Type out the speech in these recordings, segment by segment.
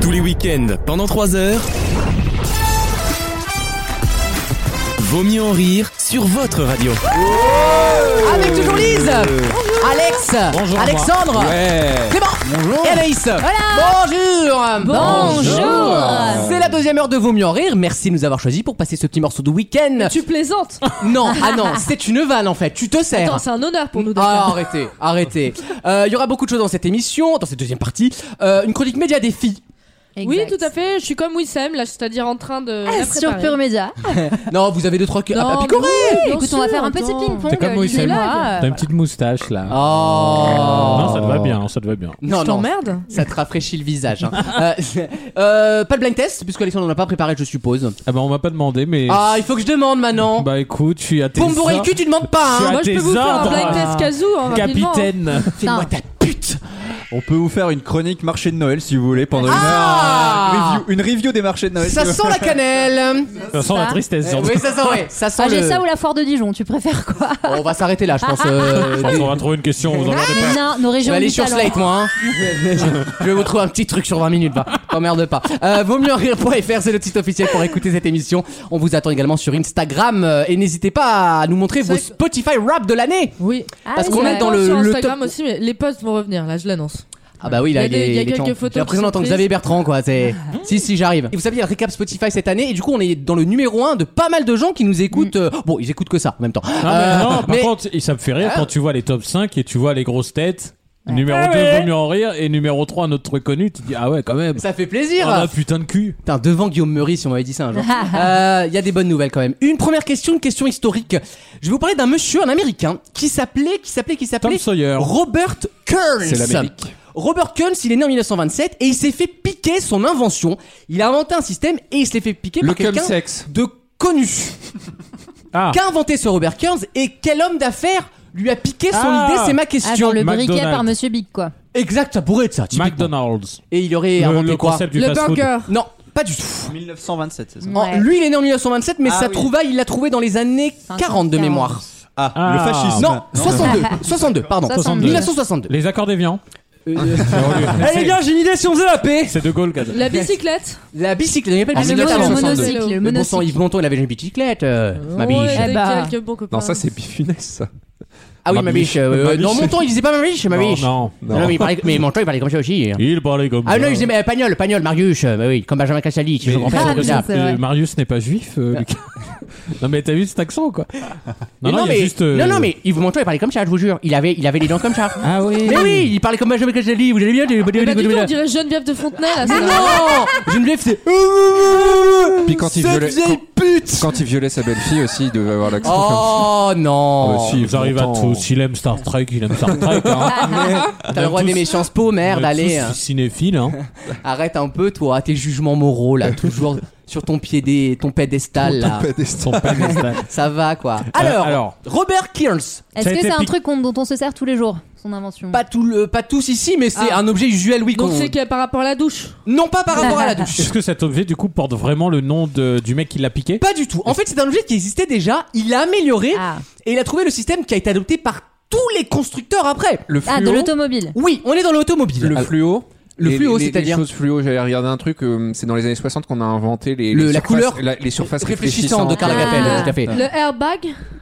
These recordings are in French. Tous les week-ends, pendant 3 heures. Vaut mieux en rire sur votre radio. Avec toujours Lise, Euh. Alex, Bonjour, Alexandre, Ouais. Clément et Anaïs. Bonjour. Bonjour. C'est la deuxième heure de Vaut mieux en rire. Merci de nous avoir choisis pour passer ce petit morceau de week-end. Tu plaisantes Non, ah non, c'est une vanne en fait. Tu te sers. Attends, c'est un honneur pour nous de Ah, faire. arrêtez, arrêtez. Euh, Il y aura beaucoup de choses dans cette émission, dans cette deuxième partie. Euh, une chronique média des filles. Oui, tout à fait, je suis comme Wissem, là, c'est-à-dire en train de. la Ah, sur préparer. Pure Média. Non, vous avez deux trois que- Ah, bah, Non, à- à mais picorer. oui, bien Écoute, on va sûr, faire un petit attends. ping-pong. T'es comme Moïse Lisa, Selma. euh, T'as une petite moustache là. Oh. Non, ça te va bien, ça te va bien. Non, Je non, t'emmerde ça te rafraîchit le visage. hein. Euh, euh, pas de blind test, puisque Alexandre n'en a pas préparé, je suppose. Ah bah on m'a pas demandé, mais. Ah, il faut que je demande maintenant. Bah écoute, je suis à tes Pour me bourrer le ordres. cul, tu demandes pas, Je hein. suis à Moi, je tes peux vous faire un ordres, blind test casou, hein, rapidement, hein. capitaine. Fais-moi ta pute. On peut vous faire une chronique marché de Noël si vous voulez pendant Ah une heure. Une review, une review des marchés de Noël. Ça si vous- sent la cannelle. Ça sent la tristesse, Euh, surtout. oui, ça sent, ouais. Ça sent Ah, j'ai le- ça ou la foire de Dijon, tu préfères quoi Bon, on va s'arrêter là, je pense. Ah, euh, Je pense qu'on va trouver une question, vous en avez Mais non, nos Je régions vais aller du sur talent. Slate, moi. hein. je vais vous trouver un petit truc sur 20 minutes, va. T'emmerde pas. Euh, vaut mieux en rire.fr, c'est notre site officiel pour écouter cette émission. On vous attend également sur Instagram. euh, et n'hésitez pas à nous montrer vos Spotify rap de l'année. Oui. Ah, Parce oui, qu'on c'est est vrai. dans le, sur le Instagram top. aussi, mais les posts vont revenir, là, je l'annonce. Ah bah oui, là, Il y a des- les- il y a les quelques gens- photos J'ai l'impression qui sont d'entendre prises. Xavier Bertrand, quoi. C'est... si, si, j'arrive. Et vous savez, il y a le récap Spotify cette année. Et du coup, on est dans le numéro 1 de pas mal de gens qui nous écoutent. euh, Bon, ils écoutent que ça en même temps. Non, Ah, mais Euh, non, par mais- contre, et ça me fait rire quand tu vois les top 5 et tu vois les grosses têtes. Numéro 2, vaut mieux en rire. Et numéro 3, un autre truc connu. Tu te dis, ah ouais, quand même. Ça fait plaisir. Ah bah, putain de cul. Putain, devant Guillaume Meurice, si on m'avait dit ça un jour. Euh, Il y a des bonnes nouvelles quand même. Une première question, une question historique. Je vais vous parler d'un monsieur, un américain, qui s'appelait, qui s'appelait, qui Tom s'appelait Sawyer. Robert Kearns. C'est l'Amérique. Robert Kearns, il est né en 1927 et il s'est fait piquer son invention. Il a inventé un système et il s'est fait piquer Le par quelqu'un cum-sex. de connu. Ah. Qu'a inventé ce Robert Kearns et quel homme d'affaires lui a piqué son Ah. idée C'est ma Ah, question. genre le briquet McDonald's. par Monsieur Big, quoi. Exact, ça pourrait être ça. typiquement. McDonald's. Et il aurait Le, inventé le quoi concept du Le fast-food. burger Non, pas du tout. 1927, c'est ça. En- Ouais. Oh, lui, il est né en 1927, mais Ah sa oui. trouvaille, il l'a trouvé dans les années 50, 40 de mémoire. Ah, Ah. le fascisme. Non, 62, 62, pardon. 62. 1962. Les accords d'Évian. Euh, Oh, Allez, bien, Eh, j'ai une idée si on faisait la paix. C'est De Gaulle qui a- La bicyclette La bicyclette, il n'y avait pas de Ah, le bicyclette mono- avant le 62. monocycle, le Le bon sang, monocycle. Yves Montand, il avait une bicyclette, euh, ma biche. Ouais, j'ai Eh bah. quelques bons copains. Non, ça c'est Bifunès, ça. Ah oui, ma ma biche. biche. euh, Ma euh, biche. Non, Montand, il disait pas ma biche, ma Non, biche. non, Non, mais, il parlait, mais Montand, il parlait comme ça aussi. hein. Il parlait comme Ah ça. non, il disait mais, euh, Pagnol, Pagnol, Marius, euh, bah oui, comme Benjamin Castaldi, si je comprends Ah, pas, comme oui, ça. c'est vrai. Euh, Marius n'est pas juif, euh, Lucas. non mais t'as vu cet accent quoi Non Ah. Mais non, il y a mais, juste. euh, non, non, mais Yves Montand, il parlait comme ça, je vous jure. Il avait, il avait les dents comme ça. Ah oui. Mais oui, il parlait comme Benjamin Castaldi, vous allez bien j'ai- Mais bah, du coup, on dirait Geneviève de Fontenay, là, c'est vraiment- Non Geneviève, c'est. Puis quand il Cette violait- vieille pute Quand il violait sa belle-fille aussi, il devait avoir l'accent. Oh Ah non bah si, Ils arrivent à longtemps. tous. Il aime Star Trek, il aime Star Trek. Hein. T'as le droit d'aimer Sciences Po, merde, allez Tous cinéphiles. Hein. euh, Arrête un peu, toi, tes jugements moraux, là, toujours sur ton pied des, ton pédestal, là. Son pédestal. Ça va, quoi. Alors, Euh, alors. Robert Kearns, Est-ce a que été c'est un pique- truc qu'on- dont on se sert tous les jours, son invention pas, tout le, pas tous ici, mais c'est Ah. un objet usuel, oui, Donc qu'on- c'est que par rapport à la douche. Non pas par rapport à la douche. Est-ce que cet objet du coup porte vraiment le nom de, du mec qui l'a piqué Pas du tout. En fait, c'est un objet qui existait déjà, il l'a amélioré, Ah. et il a trouvé le système qui a été adopté par tous les constructeurs après. Le Ah, de fluo. l'automobile. Oui, on est dans l'automobile. Le Alors, fluo. Le Les- fluo, les- c'est-à-dire Les choses fluo, j'allais regarder un truc, euh, c'est dans les années 60 qu'on a inventé les, Le- les la surfaces- couleur la- les surfaces réfléchissant réfléchissantes. de Karl Ah. Lagerfeld, tout à fait. Le airbag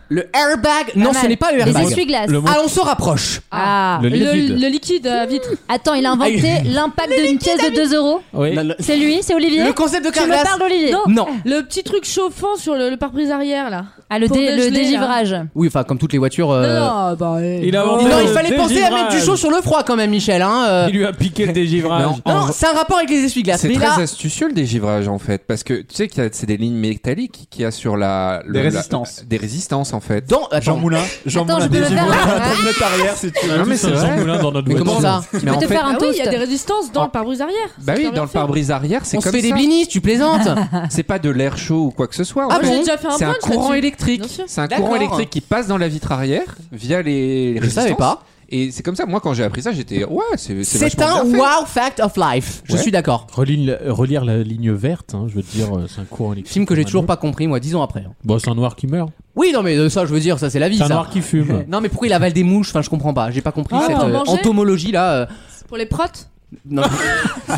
Le airbag, non, ce n'est pas le Les airbag. essuie-glaces. Le mot- Ah, on se rapproche. Ah. Le Le, liquide. le liquide à vitre. Attends, il a Ah, inventé l'impact d'une pièce de 2 euros. Oui. Non, non. C'est lui, c'est Olivier. Le concept de Tu me Carglass. parles d'Olivier. Non. Non. Le petit truc chauffant sur le, le pare-brise arrière là. Ah, le, Pour dé- le dégeler, là. hein. dégivrage. Oui, enfin, comme toutes les voitures. euh, Non, non, bah, euh, Il a Non, inventé le il fallait penser à dégivrage. mettre du chaud sur le froid quand même, Michel. Hein, euh. Il lui a piqué le dégivrage. Non. Non, c'est un rapport avec les essuie-glaces. C'est Mais très là, astucieux le dégivrage en fait, parce que tu sais que c'est des lignes métalliques qu'il y a sur la. le- Des la- résistances. des résistances en fait. dans. Attends. Jean Moulin, Jean Attends, Moulin, je peux le désigne- faire. Attends, je mets par arrière si tu veux. Non, mais Tous c'est un vrai. Jean Moulin dans notre Mais voiture. comment ça Tu peux te faire Ah un oui, il y toast. a des résistances dans le pare-brise arrière. Bah oui, dans le pare-brise arrière, c'est On se comme fait des ça. blinis, tu plaisantes C'est pas de l'air chaud ou quoi que ce soit. en Ah, fait. j'ai déjà fait un C'est un punch courant là-dessus. électrique. Bien sûr. C'est un D'accord. courant électrique qui passe dans la vitre arrière via les Je savais résistances. pas. Et c'est comme ça, moi quand j'ai appris ça, j'étais ouais, c'est c'est C'est vachement un bien fait. wow fact of life. Je Ouais. suis d'accord. Relire, relire la ligne verte, hein, je veux te dire, euh, c'est un cours en électrique. Film que j'ai toujours pas compris, moi, dix ans après. hein. Bon, c'est un noir qui meurt. Oui, non, mais euh, ça, je veux dire, ça, c'est la vie, C'est ça. un noir qui fume. Non, mais pourquoi il avale des mouches Enfin, je comprends pas. J'ai pas compris Ah, cette pour euh, manger entomologie là. euh. Pour les protes Non.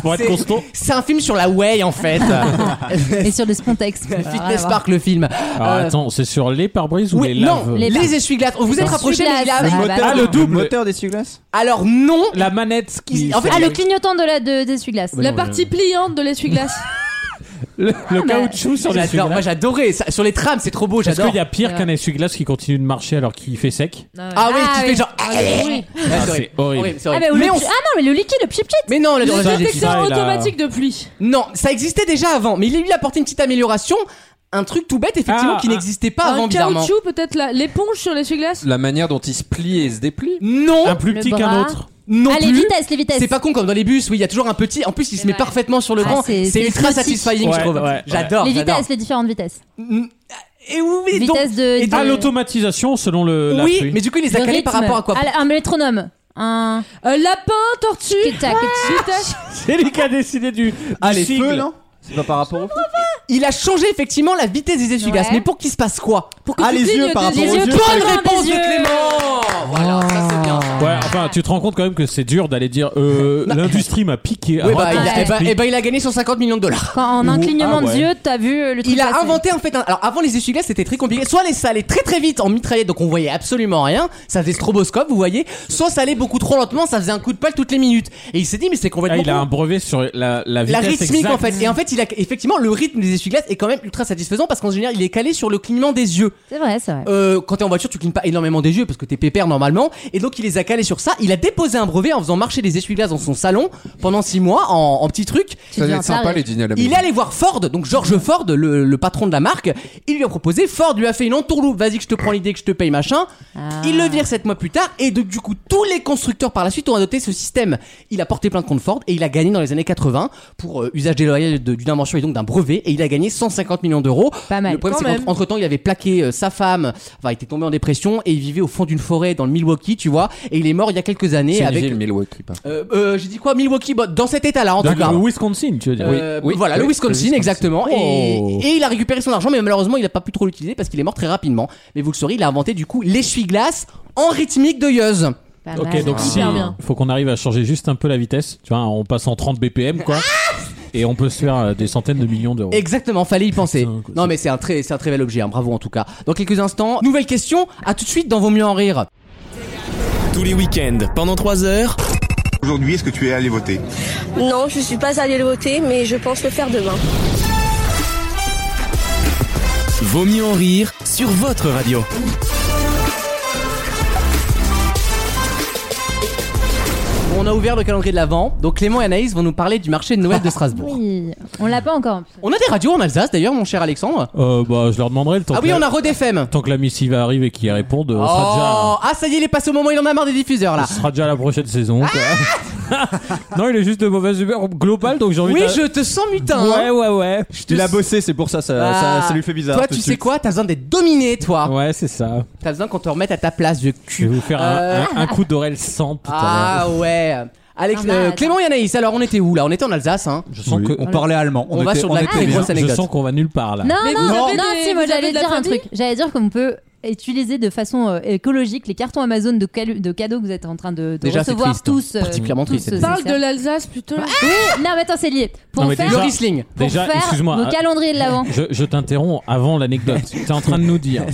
Pour être C'est- constant. C'est un film sur la Way en fait. Et sur le Spontex. Ah, hein. Fitness Park le film. Alors Euh, attends, c'est sur les pare-brises ou oui, les non, laves Les les, laves. essuie-glaces. On vous êtes Les rapprochés, mais essuie-glaces. il a- Ah, moteur, bah, le double. moteur d'essuie-glace alors non. La manette qui. En fait, Ah, le clignotant de la de, d'essuie-glace. Ouais. La non, partie pliante de l'essuie-glace. Ah le, le mais- caoutchouc sur les Ah, J'adore, moi essuie-glaces. j'adorais ça. Sur les trams, c'est trop beau, Est-ce j'adore. qu'il y a pire Ouais. qu'un essuie-glace qui continue de marcher alors qu'il fait sec Ah oui, qui fait genre. Oui. Ah, Ah, horrible. C'est horrible. Horrible, c'est Ah, horrible. bah, ou mais, le on- pchi- ah non, mais le liquide, le pchit pchit. mais non, le- Le Ça, j'ai dit ça, détecteur il a- automatique de pluie. non, ça existait déjà avant, mais il lui a apporté une petite amélioration, un truc tout bête effectivement Ah, qui ah. n'existait pas avant un bizarrement. caoutchouc peut-être là. L'éponge sur l'essuie-glace. La manière dont il se plie et se déplie. Non, Un plus Le petit bras. qu'un autre. non Ah, les plus. vitesses, les vitesses. C'est pas con comme dans les bus, oui, il y a toujours un petit. En plus, il se C'est met vrai. parfaitement sur le Ah, grand. c'est- C'est c'est ultra nautique. satisfying, je Ouais, trouve. ouais, ouais. J'adore. les j'adore. vitesses, les différentes vitesses. Mm, Et oui, donc- Vitesse de. et de- Ah, l'automatisation selon le. la oui, pluie. mais du coup, il les de a calés par rythme. rapport à quoi Ah, là, Un métronome. Un. Euh, lapin, tortue. Tic-tac. vitesse. C'est lui qui a décidé du. Ah, du les sigle. Feu, non C'est pas par rapport au feu Il a changé effectivement la vitesse des essuie-glaces, Ouais. mais pour qu'il se passe quoi Pour que Ah, tu les clignes yeux par des rapport aux yeux. yeux. Bonne Bonne réponse des de yeux. Clément Voilà, ça c'est bien. Ouais, enfin, tu te rends compte quand même que c'est dur d'aller dire euh, l'industrie m'a piqué. Ouais, Alors, bah, il attends, a, je eh bah, t'explique. eh bah, il a gagné 150 millions de dollars. Quand en Ou- un clignement ah ouais. de yeux, t'as vu euh, le truc. Il a passer. inventé en fait un... Alors avant les essuie-glaces c'était très compliqué. Soit les, ça allait très très vite en mitraillette donc on voyait absolument rien. Ça faisait stroboscope vous voyez. Soit ça allait beaucoup trop lentement ça faisait un coup de pelle toutes les minutes. Et il s'est dit mais c'est Ah, complètement... il a con. un brevet sur la, la La vitesse rythmique exacte. en fait. Et en fait il a effectivement le rythme des essuie-glaces est quand même ultra satisfaisant parce qu'en général il est calé sur le clignement des yeux. C'est vrai, c'est vrai. Euh, quand t'es en voiture, tu clignes pas énormément des yeux parce que t'es pépère normalement. Et donc il les a calés sur ça. Il a déposé un brevet en faisant marcher des essuie-glaces dans son salon pendant six mois en, en petit truc. Tu Ça doit deviens être sympa taré. les dîners à la Il est maison. allé voir Ford, donc George Ford, le, le patron de la marque. Il lui a proposé. Ford lui a fait une entourloupe. Vas-y que je te prends l'idée, que je te paye machin. Ah. Il le vire sept mois plus tard. Et donc du coup tous les constructeurs par la suite ont adopté ce système. Il a porté plainte contre Ford et il a gagné dans les années 80 pour euh, usage déloyal de- d'une invention et donc d'un brevet. Et il a gagné 150 millions d'euros. Pas mal. Le problème, Quand c'est même. qu'entre temps, il avait plaqué euh, sa femme, enfin, il était tombé en dépression et il vivait au fond d'une forêt dans le Milwaukee, tu vois, et il est mort il y a quelques années C'est une avec. ville Milwaukee. par contre. Euh, euh, J'ai dit quoi Milwaukee, bah, dans cet état-là, en tout D'accord, cas. le Wisconsin, tu veux dire. Euh, Oui, oui, voilà, oui, le Wisconsin, le Wisconsin. exactement. Oh. Et, et il a récupéré son argent, mais malheureusement, il n'a pas pu trop l'utiliser parce qu'il est mort très rapidement. Mais vous le saurez, il a inventé du coup l'essuie-glace en rythmique de Yeuz. Pas Ok, mal. Ah, donc si, Hyper bien. faut qu'on arrive à changer juste un peu la vitesse. Tu vois, on passe en 30 BPM, quoi. et on peut se faire euh, des centaines de millions d'euros. Exactement, fallait y penser. Putain, quoi, non, mais c'est un très, c'est un très bel objet, hein, bravo en tout cas. Dans quelques instants, nouvelle question. À tout de suite dans Vaut mieux en rire. Tous les week-ends, pendant 3 heures. Aujourd'hui, est-ce que tu es allé voter Non, je suis pas allée le voter, mais je pense le faire demain. Vaut mieux en rire sur votre radio. On a ouvert le calendrier de l'avant, donc Clément et Anaïs vont nous parler du marché de Noël de Strasbourg. Oui, on l'a pas encore. On a des radios en Alsace d'ailleurs, mon cher Alexandre. Euh, bah, je leur demanderai le temps. Ah que oui, la- on a Rodefem. Tant que la missive arrive et qu'ils répondent, euh, on Oh, sera ah ça y est, il est passé au moment où il en a marre des diffuseurs déjà. là. Ah. Ce sera déjà la prochaine saison. quoi. non, il est juste de mauvaise humeur globale, donc j'ai envie Oui, de. je hein. te sens mutin. Ouais, ouais, ouais. Il a bossé, c'est pour ça, ça, Euh, Ah. ça, ça lui fait bizarre. Toi, tout tu de sais suite. quoi T'as besoin d'être dominé, toi. Ouais, c'est ça. T'as besoin qu'on te remette à ta place de Je cul. vais vous faire un, Euh, un- un coup d'oreille sans tout à l'heure. Ah ouais. Alex, Ah, bah, euh, attends. Clément et Anaïs, alors on était où là On était en Alsace, hein Je sens Oui, que. on parlait allemand. On va était- sur de la était très bien. grosse Je anecdote. sens qu'on va nulle part là. Non, Mais non, vous non, avez des- si, moi vous avez j'allais de la dire un famille truc. J'allais dire qu'on peut utiliser de façon euh, écologique les cartons Amazon de, cadeaux- de cadeaux que vous êtes en train de, de Déjà, c'est recevoir triste, tous. hein. Particulièrement triste, tous, cette euh, Parle de c'est ça. l'Alsace plutôt. Bah, Oui, Ah non, mais attends, c'est lié. Pour Non, mais faire, Le déjà- Riesling. pour Déjà, faire excuse-moi, nos euh, calendriers de l'avant. Je, je t'interromps avant l'anecdote. tu es en train de nous dire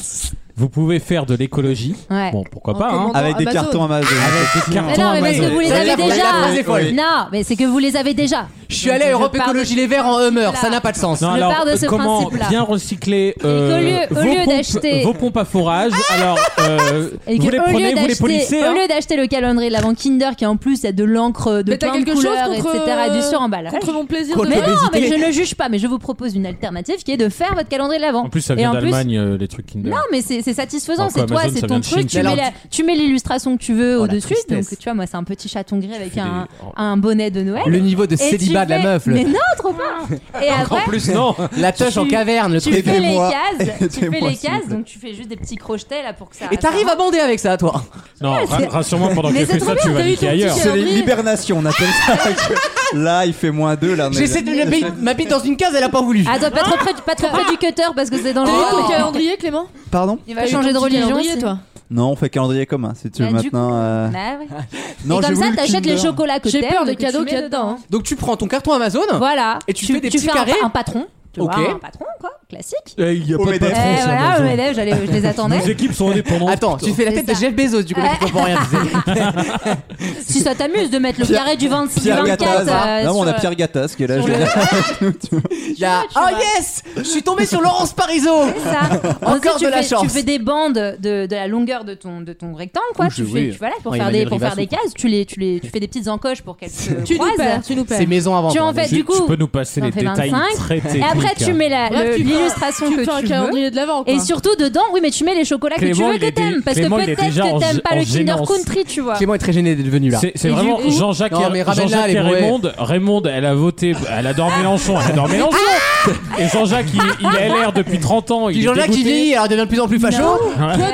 vous pouvez faire de l'écologie. Ouais. Bon, pourquoi En pas, hein. commandant Avec des Amazon. cartons Amazon. Avec des Mais cartons non, mais parce que Amazon. vous les Ça, avez la- la- la- déjà. la- folle. Non, mais c'est que vous les avez déjà. Je suis allé à Europe Écologie Les Verts en E Hummer, ça n'a pas de sens. Non, Je alors, pars de ce comment principe-là. bien recycler euh, Et qu'au lieu- au vos, lieu pompes, d'acheter- Ah vos pompes à forage Alors, euh, Et vous que les au prenez, lieu vous les d'acheter- polissez. au hein. lieu d'acheter le calendrier de l'avant Kinder qui en plus a de l'encre, de Mais t'as plein de quelque chose couleurs, contre, etc. et du euh, suremballage. Contre mon plaisir Contre de Mais les- Noël. non, mais hésiter. je ne juge pas, mais je vous propose une alternative qui est de faire votre calendrier de l'avant. En plus, ça Et vient en plus- d'Allemagne, euh, les trucs Kinder. Non, mais c'est c'est satisfaisant. Alors C'est quoi, toi, Amazon, c'est ça ton vient de Chine, truc. Tu ça. mets la- tu mets l'illustration que tu veux Oh, la au-dessus. Donc, tristesse. tu vois, moi, c'est un petit chaton gris avec fais un, des- oh. un bonnet de Noël. Le niveau de Et tu célibat de la fais- meuf, Mais le- non, trop pas. Et après, plus, non. la touche en tu- caverne, le tu truc. fais les Aidez-moi. cases. Tu fais Aidez-moi, les s'il vous cases. plaît. Donc, tu fais juste des petits crochetés là pour que ça. Et t'arrives à bander avec ça, toi. Non, ra- rassure-moi pendant Mais que je fais c'est trop ça, bien, tu vas t'as eu niquer ton ailleurs. petit C'est les Calendrier. hibernations, on appelle ça. que- Là, il fait moins 2. là. on est- J'essaie de mettre ma- ma bite dans une case, elle a pas voulu. Attends, Ah, pas trop près, du- pas trop près du cutter parce que c'est T'as eu dangereux. ton mais- calendrier, Clément Pardon Il T'as va eu changer ton de petit religion. calendrier, c'est- toi. Non, on fait calendrier commun si tu veux Bah, du maintenant. coup, euh, Bah ouais. Non, et comme j'ai ça, voulu le t'achètes les Kinder. chocolats que J'ai t'aimes, peur des que tu cadeaux mets qu'il y a dedans. hein. Donc tu prends ton carton Amazon Voilà. Et tu fais des petits un- carrés un, patron. Tu Ok. vois, un patron, quoi, classique. Il n'y a Au pas de MEDEF. Eh, patron, ça, voilà, Amazon. au MEDEF, j'allais- je les attendais. Nos équipes sont indépendantes. Attends, tu fais la tête de C'est ça. Jeff Bezos, du coup, là, tu comprends rien. tu sais. si ça t'amuse de mettre le Pierre- carré du 26, du Pierre 24. Gattaz. Ah euh, non, mais on a sur- Pierre Gattaz qui est là. sur je le- vais- Il y a- tu Oh vois. yes Je suis tombé sur Laurence Parisot C'est ça. Encore tu de la fais, chance. Tu fais des bandes de, de la longueur de ton, de ton rectangle, quoi. Ouh, tu je- fais, oui. tu- voilà, pour Ouais, faire des, Emmanuel pour faire Rivassou. des cases, tu les, tu les, tu fais des petites encoches pour qu'elles se Tu nous perds, croisent. tu nous perds. C'est maison avant. Tu en toi. fais- Tu- du coup, tu peux nous passer on les fait détails 25, très Et techniques. après, tu mets la- Bref, le- tu fais- l'illustration Tu que fais un tu veux. calendrier de l'avant. Et surtout dedans, oui, mais tu mets les chocolats Clément, que tu il veux est que t'aimes, dé- parce Clément, que il est peut-être déjà en que gê- t'aimes pas en le Kinder gênance. Country, tu vois. Clément est très gêné d'être venu là. C'est c'est Et du vraiment coup- Jean-Jacques Non, mais Her- ramène-la, Jean-Jacques les brouettes. Raymond. Raymond, elle a voté, elle adore Mélenchon, elle adore Ah Mélenchon. Et Jean-Jacques, il, il est LR depuis 30 ans. il Puis est Jean-Jacques qui dégoûté. vieillit, alors il devient de plus en plus facho. Toi,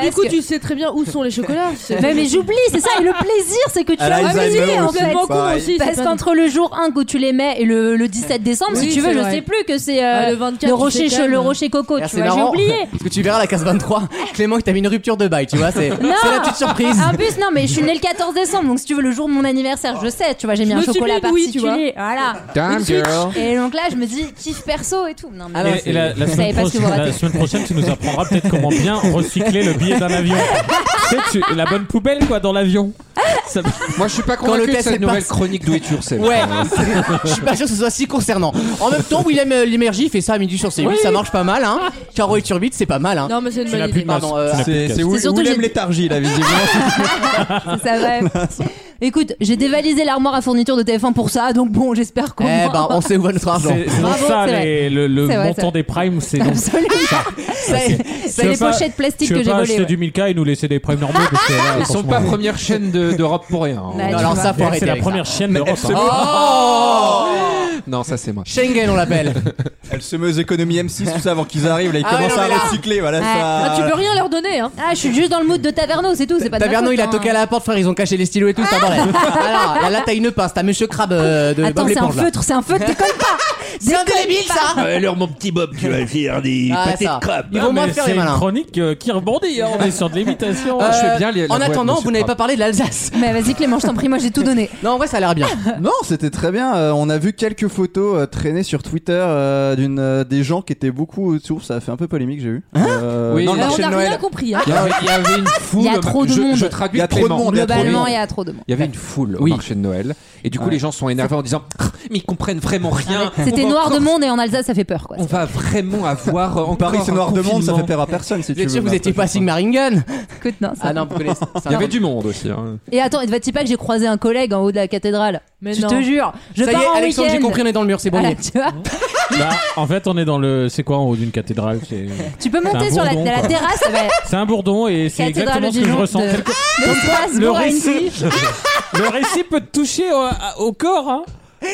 du coup, Presque. tu sais très bien où sont les chocolats. C'est Mais, mais j'oublie, c'est ça, et le plaisir, c'est que tu Elle a as oublié Alzheimer en aussi, fait. complètement con pareil. aussi. Parce c'est pas- qu'entre le jour 1 où tu les mets et le, le 17 décembre, Oui, si tu veux, c'est je vrai. sais plus que c'est euh, Ah, le 24, le tu rocher, fais che- le calme. rocher coco, Ah, tu c'est vois, j'ai marrant. oublié. Parce que tu verras à la case 23, Clément, il t'a mis une rupture de bail, tu vois. C'est c'est la petite surprise. En plus, non, mais je suis née le 14 décembre, donc si tu veux, le jour de mon anniversaire, je sais, tu vois, j'ai mis Je un me suis chocolat mis une ouïe, particulier. tu vois. Voilà. Damn girl. Et donc là, je me dis, kiff perso et tout. Non, mais Ah Et- non, et la, la Vous savez semaine pas ce que prochaine, vous la ratez. semaine prochaine, tu nous apprendras peut-être comment bien recycler le billet d'un avion. tu sais, tu- la bonne poubelle, quoi, dans l'avion. Ça- Bah, Moi, je suis pas le convaincu de test est cette nouvelle passé. chronique do it yourself. Ouais, je suis pas sûr que ce soit si concernant. En même temps, William euh, Lémergie fait ça à midi sur C8, ça marche pas mal, hein. Caro et Turbide, c'est pas mal, hein. Non, mais c'est une Tu n'as bonne plus idée. de pardon, euh, Tu n'as plus de C'est casse. c'est Will- Ah, C'est surtout Willem j'ai- Léthargie là, visiblement. c'est ça va. Écoute, j'ai dévalisé l'armoire à fourniture de TF1 pour ça, donc bon, j'espère qu'on. Eh ben, on sait où va notre argent. C'est c'est donc Bravo, ça, c'est vrai. les- le, le C'est vrai, c'est montant vrai. des primes, c'est donc Absolument. C'est- C'est les pas- pochettes plastiques Tu que veux j'ai pas acheter volées. ouais. du Milka et nous laisser des primes normaux parce que là, Ils sont franchement, pas première chaîne de- d'Europe pour rien. hein. Bah, Non, tu alors vois. ça, faut arrêter. C'est la avec première chaîne Mais d'Europe. elle se hein. ça. Oh Non, ça c'est moi. Schengen, on l'appelle. Elle se met aux économies M6, tout ça, avant qu'ils arrivent. Là, ils Ah ouais, commencent non, mais là- à recycler. Voilà, Ouais. ça. Ah, tu peux rien leur donner, hein. Ah, je suis juste dans le mood de Taverneau, c'est tout, c'est pas de ma Taverneau, faute, il a hein. toqué à la porte, frère, ils ont caché les stylos et tout, ça bordel. Alors, là, là, t'as une pince, t'as Monsieur Crabe euh, de Attends, Bob c'est un l'éponge, là. feutre, c'est un feutre, décolle pas C'est un débile, ça Alors mon petit Bob, tu vas faire des Ah, pâtés ça. de crabe. Ils Non, vont moins mais faire c'est les une malins. chronique euh, qui rebondit, hein, on est sur de l'imitation. Euh, je fais bien les- la en voix de attendant, Monsieur vous n'avez pas Crabe. parlé de l'Alsace. Mais vas-y Clément, je t'en prie, moi j'ai tout donné. Non, en vrai, ça a l'air bien. Non, c'était très bien. Euh, on a vu quelques photos euh, traîner sur Twitter euh, d'une euh, des gens qui étaient beaucoup autour. Ça a fait un peu polémique, j'ai vu. Euh, Oui, dans le euh, On marché de a rien Noël. compris, hein. Il y avait, il y avait une foule. Il y a trop de je, monde. Je traduis Il y a trop de Clément. monde, il y a trop de Globalement, monde. il y a trop de monde. Il y avait une foule Oui. au marché de Noël. Et du coup, Ouais. les gens sont énervés en disant Mais ils comprennent vraiment rien. C'était On va noir de encore- monde et en Alsace ça fait peur quoi. On va vraiment avoir. euh, encore Paris, c'est un noir de monde, ça confinement. fait peur à personne si Vous tu veux. êtes sûr que vous mais étiez après, pas je sais Sigmaringen Écoute, non, ça- Ah non, vous connaissez. c'est un- Il y avait du monde aussi. hein. Et attends, et ne va-t-il pas que j'ai croisé un collègue en haut de la cathédrale Mais Je non. te jure, je Ça y pars est, en Alexandre, j'ai week-end. compris, on est dans le mur, c'est bon. on y Voilà, est. tu, vois. Bah, en fait, on est dans le. C'est quoi en haut d'une cathédrale C'est Tu peux C'est un monter sur la, bourdon, la quoi. terrasse, ça va être c'est un bourdon et c'est cathédrale exactement de ce que je Dijon ressens. de- Ah, Quelque- de Le Strasbourg à une récit, le récit peut te toucher au, à- au corps. Hein.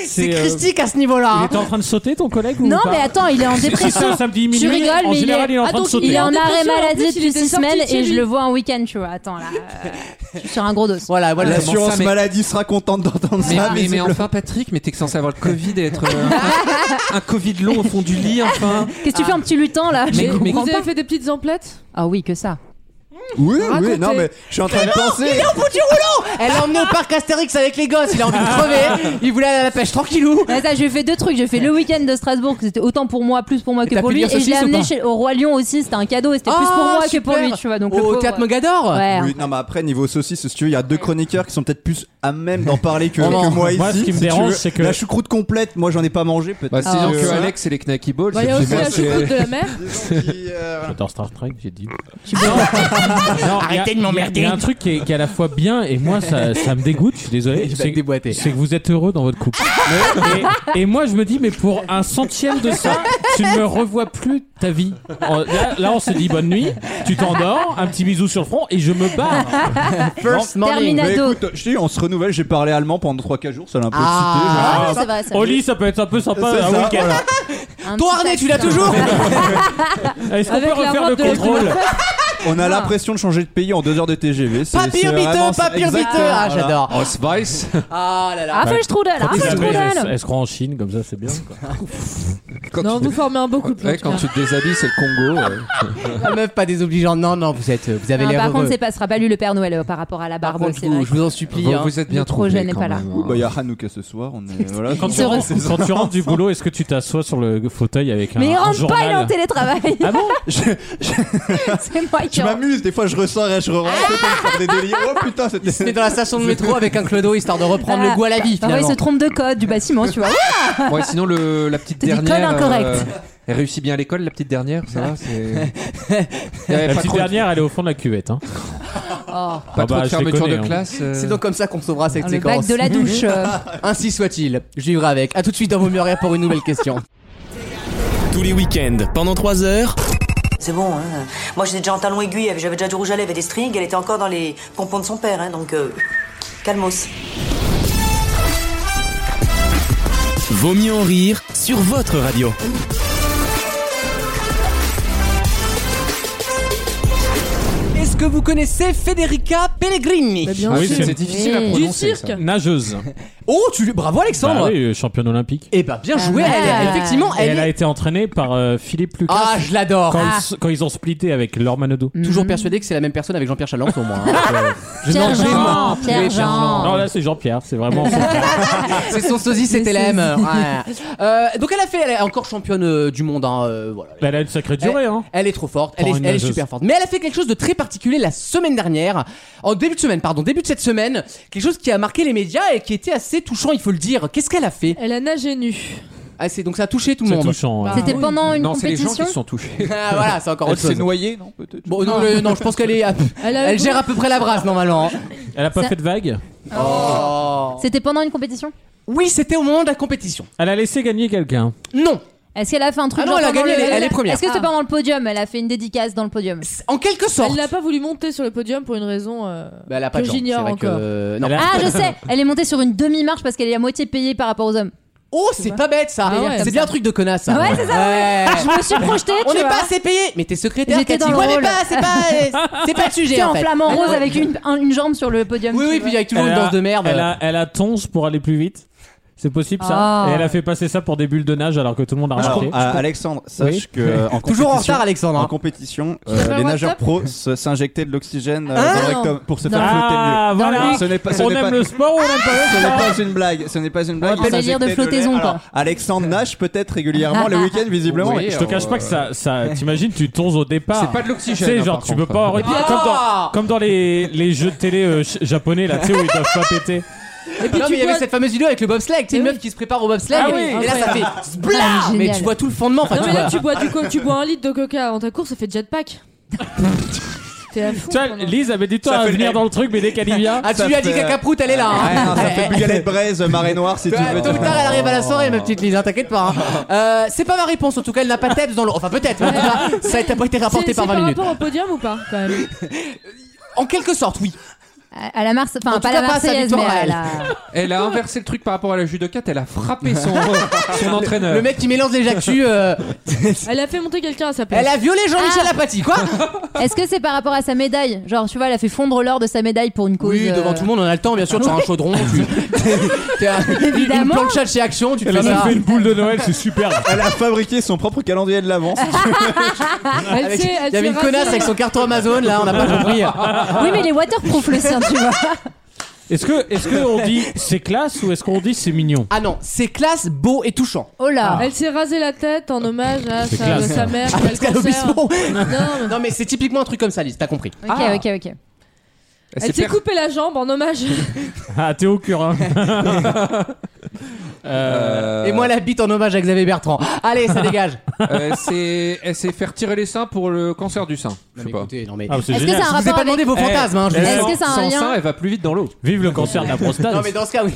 C'est euh, christique à ce niveau-là. Il hein. était en train de sauter ton collègue ou Non pas mais attends, il est en Si c'est un dépression. samedi Tu minuit, rigoles, en mais il général, est- il est en train Attends, de sauter. hein. Il est en dépression, arrêt en plus, maladie il depuis était 6 sorti de semaines chez et je lui. le vois en week-end, tu vois. Attends là, euh, je suis sur un gros dos. Voilà, pas. voilà. Comment L'assurance ça, mais- maladie sera contente d'entendre Mais, ça. mais- mais visiblement. enfin, Patrick, mais t'es censé avoir le Covid et être. euh, un, un Covid long au fond du lit, enfin. Qu'est-ce que tu fais un petit lutin là Mais- Je- mais- Vous avez fait des petites emplettes Ah oui, que ça. Oui, Racontez. oui, non, mais je suis en train de penser. Elle l'a emmené au parc Astérix avec les gosses. Il a envie de crever. Il voulait aller à la pêche tranquillou. Ouais, ça, j'ai fait deux trucs. J'ai fait le week-end de Strasbourg, que c'était autant pour moi, plus pour moi Et que t'as pour pu lui. dire Et je l'ai saucisse ou pas amené chez, au Roi Lion aussi, c'était un cadeau et c'était plus pour Oh, moi que super. pour lui, tu vois. Donc, le Au pauvre, théâtre ouais. Mogador Ouais. Oui, non, mais après, niveau saucisse, si tu veux, il y a deux chroniqueurs qui sont peut-être plus à même d'en parler que, Oh que non, moi ici. moi, ce qui me si tu dérange, veux. c'est que- La choucroute complète, moi, j'en ai pas mangé, Bah, peut-être. Euh, c'est Ah, que ouais. Alex et les Knacky Balls. Bah, il y a aussi la choucroute de la mer. euh, J'adore Star Trek, j'ai dit. Arrêtez de m'emmerder. Il y a un truc qui est, qui est à la fois bien et moi ça, ça me dégoûte, je suis désolé. Il va C'est- te déboîter. C'est que vous êtes heureux dans votre couple. et, et moi je me dis, mais pour un centième de ça, tu ne me revois plus ta vie. En- Là, là, on se dit bonne nuit, tu t'endors, un petit bisou sur le front et je me barre. First morning. Terminal. Mais Nado. écoute, je dis, on se renouvelle. J'ai parlé allemand pendant 3-4 jours, ça l'a un peu Ah. excité, genre. Ah, ouais, c'est vrai, ça. Au lit, ça peut être un peu sympa C'est un ça, week-end. voilà. Un Ton petit euh, harnais, tu l'as accent. toujours Est-ce qu'on Avec peut la refaire le robe de la contrôle On Ah. a l'impression de changer de pays en deux heures de TGV. c'est- Papy c'est au vraiment- biteux, papy au biteux. Exactement, Ah, voilà. j'adore. Spice Ah là là. Apfelstrudel, elle, Apfelstrudel. se rend en Chine, comme ça, c'est bien. quoi. quand Non, tu vous formez un beau couple. Ouais, en tout quand cas. tu te déshabilles, c'est le Congo. euh. La meuf pas désobligeante. Non, non, vous êtes, vous avez Ah. Non, l'air Par heureux. contre, c'est pas, ce sera pas lui le Père Noël euh, par rapport à la Par barbe, contre, je c'est vous, vrai. je vous en supplie. Vous, hein. vous êtes bien Le projet trouvés n'est quand pas là. même, Bah, hein. il y a Hanouka ce soir. On est, voilà, Quand, c'est- tu rentres, quand tu rentres du boulot, est-ce que tu t'assois sur le fauteuil avec un, Mais il un rentre pas, il est en journal télétravail. Ah bon c'est moi qui Je rentre. m'amuse, des fois je ressors et je re-rentre Ah. pour faire des délires. Oh putain, c'était. On est dans la station de métro avec un clodo histoire de reprendre Ah, le goût à la vie. Parfois, il finalement. se trompe de code du bâtiment, tu vois. Ouais, sinon, le, la petite T'as dit dernière. euh, code incorrect. elle réussit bien à l'école, la petite dernière, ça va c'est- Il y avait La Eh, pas petite trop, de- dernière, elle est au fond de la cuvette. Hein. pas Ah trop bah, de je les fermeture connais, de hein. classe. euh. C'est donc comme ça qu'on sauvera cette Dans Oh, le bac séquence. de la douche. euh. Ainsi soit-il. Je vivrai avec. À tout de suite dans vos murs pour une nouvelle question. Tous les week-ends, pendant 3 heures, C'est bon, hein. Moi, j'étais déjà en talon aiguille, j'avais déjà du rouge à lèvres et des strings, elle était encore dans les pompons de son père, hein, donc euh, calmos. Vaut mieux en rire sur votre radio. Est-ce que vous connaissez Federica Pellegrini Bah, bien Ah oui, sûr. c'est c'est difficile à Oui. Du prononcer. cirque ça. Nageuse. Oh, tu lui- bravo Alexandre. Bah oui, championne olympique. Eh ben bien joué. Ah. Elle, est- effectivement, Et elle, elle a est- été entraînée par euh, Philippe Lucas. Ah, mm. je l'adore. quand, ils, quand ils ont splitté avec Laure Manodou. Toujours persuadé que c'est la même personne avec Jean-Pierre Chalence au moins. hein. Je- Pierre non, Jean, vraiment. Pierre Mais Jean. Non, là c'est Jean-Pierre, c'est vraiment. C'est son sosie, c'était la donc elle a fait, elle est encore championne euh, du monde. hein, euh, voilà. elle a une sacrée durée, hein. Elle est trop forte, elle Pour est, une elle est nageuse. super forte. Mais elle a fait quelque chose de très particulier la semaine dernière, en début de semaine, pardon, début de cette semaine, quelque chose qui a marqué les médias et qui était assez touchant, il faut le dire. Qu'est-ce qu'elle a fait Elle a nagé nue. ah, c'est- Donc ça a touché tout le C'est monde. touchant. ouais. Bah, C'était pendant une Non, c'est les gens qui compétition. se sont touchés. Ah, voilà, c'est encore Elle autre s'est chose. noyée, non Peut-être. Bon, non, le- non, je pense qu'elle est. à- Elle a eu Elle le- gère à peu près la brasse normalement. Elle a pas Ça- fait de vague. Oh. C'était pendant une compétition Oui, c'était au moment de la compétition. Elle a laissé gagner quelqu'un. Non, Est-ce qu'elle a fait un truc Ah non, genre elle a pendant gagné, le- elle est- elle est première. Est-ce que Ah. c'était pendant le podium Elle a fait une dédicace dans le podium. C'est- en quelque sorte. Elle n'a pas voulu monter sur le podium pour une raison. euh, Bah, elle a pas que de jambes, j'ignore c'est vrai encore. que- non. Elle a- Ah, je sais Elle est montée sur une demi-marche parce qu'elle est à moitié payée par rapport aux hommes. Oh, c'est pas bête ça. Ah ouais, c'est comme bien un truc de connasse. ça. Ouais, c'est ça, Ouais. Ah, Je me suis projetée, tu On n'est vois. pas assez payé. Mais t'es secrétaire. J'étais Cathy. dans le Ouais, mais rôle. pas, c'est pas, c'est pas le sujet J'étais en en fait. Ah flamant rose avec une, un- une jambe sur le podium. Oui, tu oui, vois. puis avec toujours une Elle a- danse de merde. Elle a, elle a tonce pour aller plus vite. C'est possible ça Ah. Et elle a fait passer ça pour des bulles de nage alors que tout le Ah, monde a Alors, remarqué. euh, Alexandre, sache Oui. que euh, en Toujours en compétition- retard, Alexandre. En hein. compétition, as pas euh, le les droit de nageurs tape pros se- s'injectaient de l'oxygène euh, Ah, dans le non. rectum pour se Non. faire flotter mieux. Ah voilà Ce n'est pas, ce On n'est aime pas- le sport ou on aime pas le ce n'est sport pas une blague, ce n'est pas une blague. Ouais, ils le délire de s'injectaient lait. flottaison, quoi. Alors, Alexandre nage peut-être régulièrement le week-end, visiblement. Oui, Je hein. te cache pas que ça, ça t'imagines, tu tonces au départ. C'est pas de l'oxygène, Tu sais, hein, genre, par tu peux contre. pas. arrêter. Ah comme, dans, comme dans les, les jeux de télé euh, ch- japonais, là, tu sais, où ils doivent pas péter. non, tu mais il y avait vois- cette fameuse vidéo avec le bobsleigh. C'est une meuf qui se prépare au bobsleigh. Ah oui, et là, ça incroyable. fait splat. Ah, Mais génial. tu vois tout le fondement. Enfin, Non, tu mais là, vois. tu bois, du co- tu bois un litre de coca avant ta course, ça fait jetpack. T'es à fond. Tu vois, pendant- Lise avait du temps Ça à fait venir le- dans le truc, mais dès qu'elle y vient. Ah, tu ça lui as dit fait- cacaproute, elle est là. hein. Ah, ça fait plus galette braise, marée noire si tu Bah, veux. Tôt ou tard, elle arrive à la soirée, ma petite Lise, hein, t'inquiète pas. hein. Euh, c'est pas ma réponse, en tout cas, elle n'a pas de tête dans le. Enfin, peut-être, mais en tout cas, ça n'a pas été C'est- rapporté c'est par 20 par minutes. rapport au podium ou pas quand même En quelque sorte, oui. À à la Marseille, En enfin tout pas cas, la pas à sa Marseillaise, mais victoire, à elle. la... Elle a inversé le truc par rapport à la judocate, elle a frappé son, son Euh. entraîneur. Le mec qui mélange les jactus. euh, Elle a fait monter quelqu'un à sa place. elle a violé Jean-Michel Ah. Apathy, quoi Est-ce que c'est par rapport à sa médaille Genre, tu vois, elle a fait fondre l'or de sa médaille pour une cause. Oui, devant euh, tout le monde, on a le temps, bien sûr, tu as un chaudron, tu. t'es un- Une Évidemment. plancha de chez Action, tu te Elle fais en a ça. fait une boule de Noël, c'est super. Elle a fabriqué son propre calendrier de l'avance. Elle Avec- s'est- elle Il y avait s'est une connasse rasée. avec son carton Amazon, là, on n'a pas compris. Oui, mais les waterproof le sien, tu vois. Est-ce que, est-ce que on dit c'est classe ou est-ce qu'on dit c'est mignon Ah non, c'est classe, beau et touchant. Oh là Elle s'est rasée la tête en hommage à C'est sa, classe, sa ça. mère. Ah, qui a parce qu'elle a le cancer. l'obispo. Non, mais- Non, mais c'est typiquement un truc comme ça, Lise, t'as compris. Ok, Ah. ok, ok. Elle Elle s'est s'est per- coupée la jambe en hommage. Ah, t'es au curin. euh, Euh, Et moi, la bite en hommage à Xavier Bertrand. Allez, ça dégage. euh, c'est- elle s'est faire tirer les seins pour le cancer du sein. Je Non, sais mais pas. écoutez, non, mais. Ah, c'est Est-ce que génial. ça a un Je vous ai rapport pas demandé avec... vos fantasmes, hein, je vous- Eh. Est-ce que ça a un Sans lien sein, elle va plus vite dans l'eau. Vive le cancer de la prostate. Non, mais dans ce cas, oui.